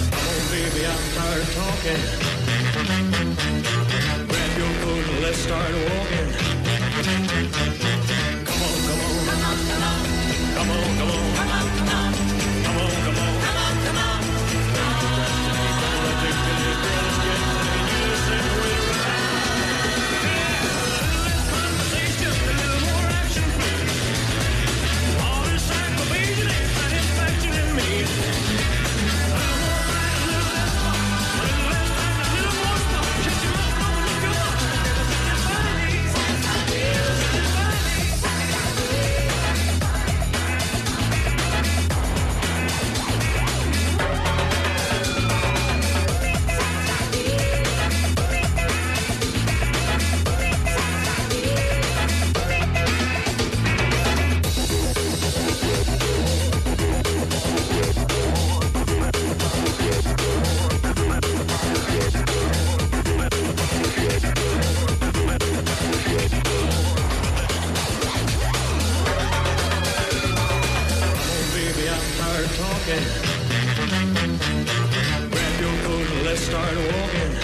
Come on, baby, I'm tired of talking. Grab your coat and let's start walking. Come on, come on. Come on, come on. Come on, come on. Gonna take till your breath gets in you the same way around. Take just a little more action, baby. All this aggravation ain't satisfaction in me. Satisfy me, baby. Grab your coat and let's start walking.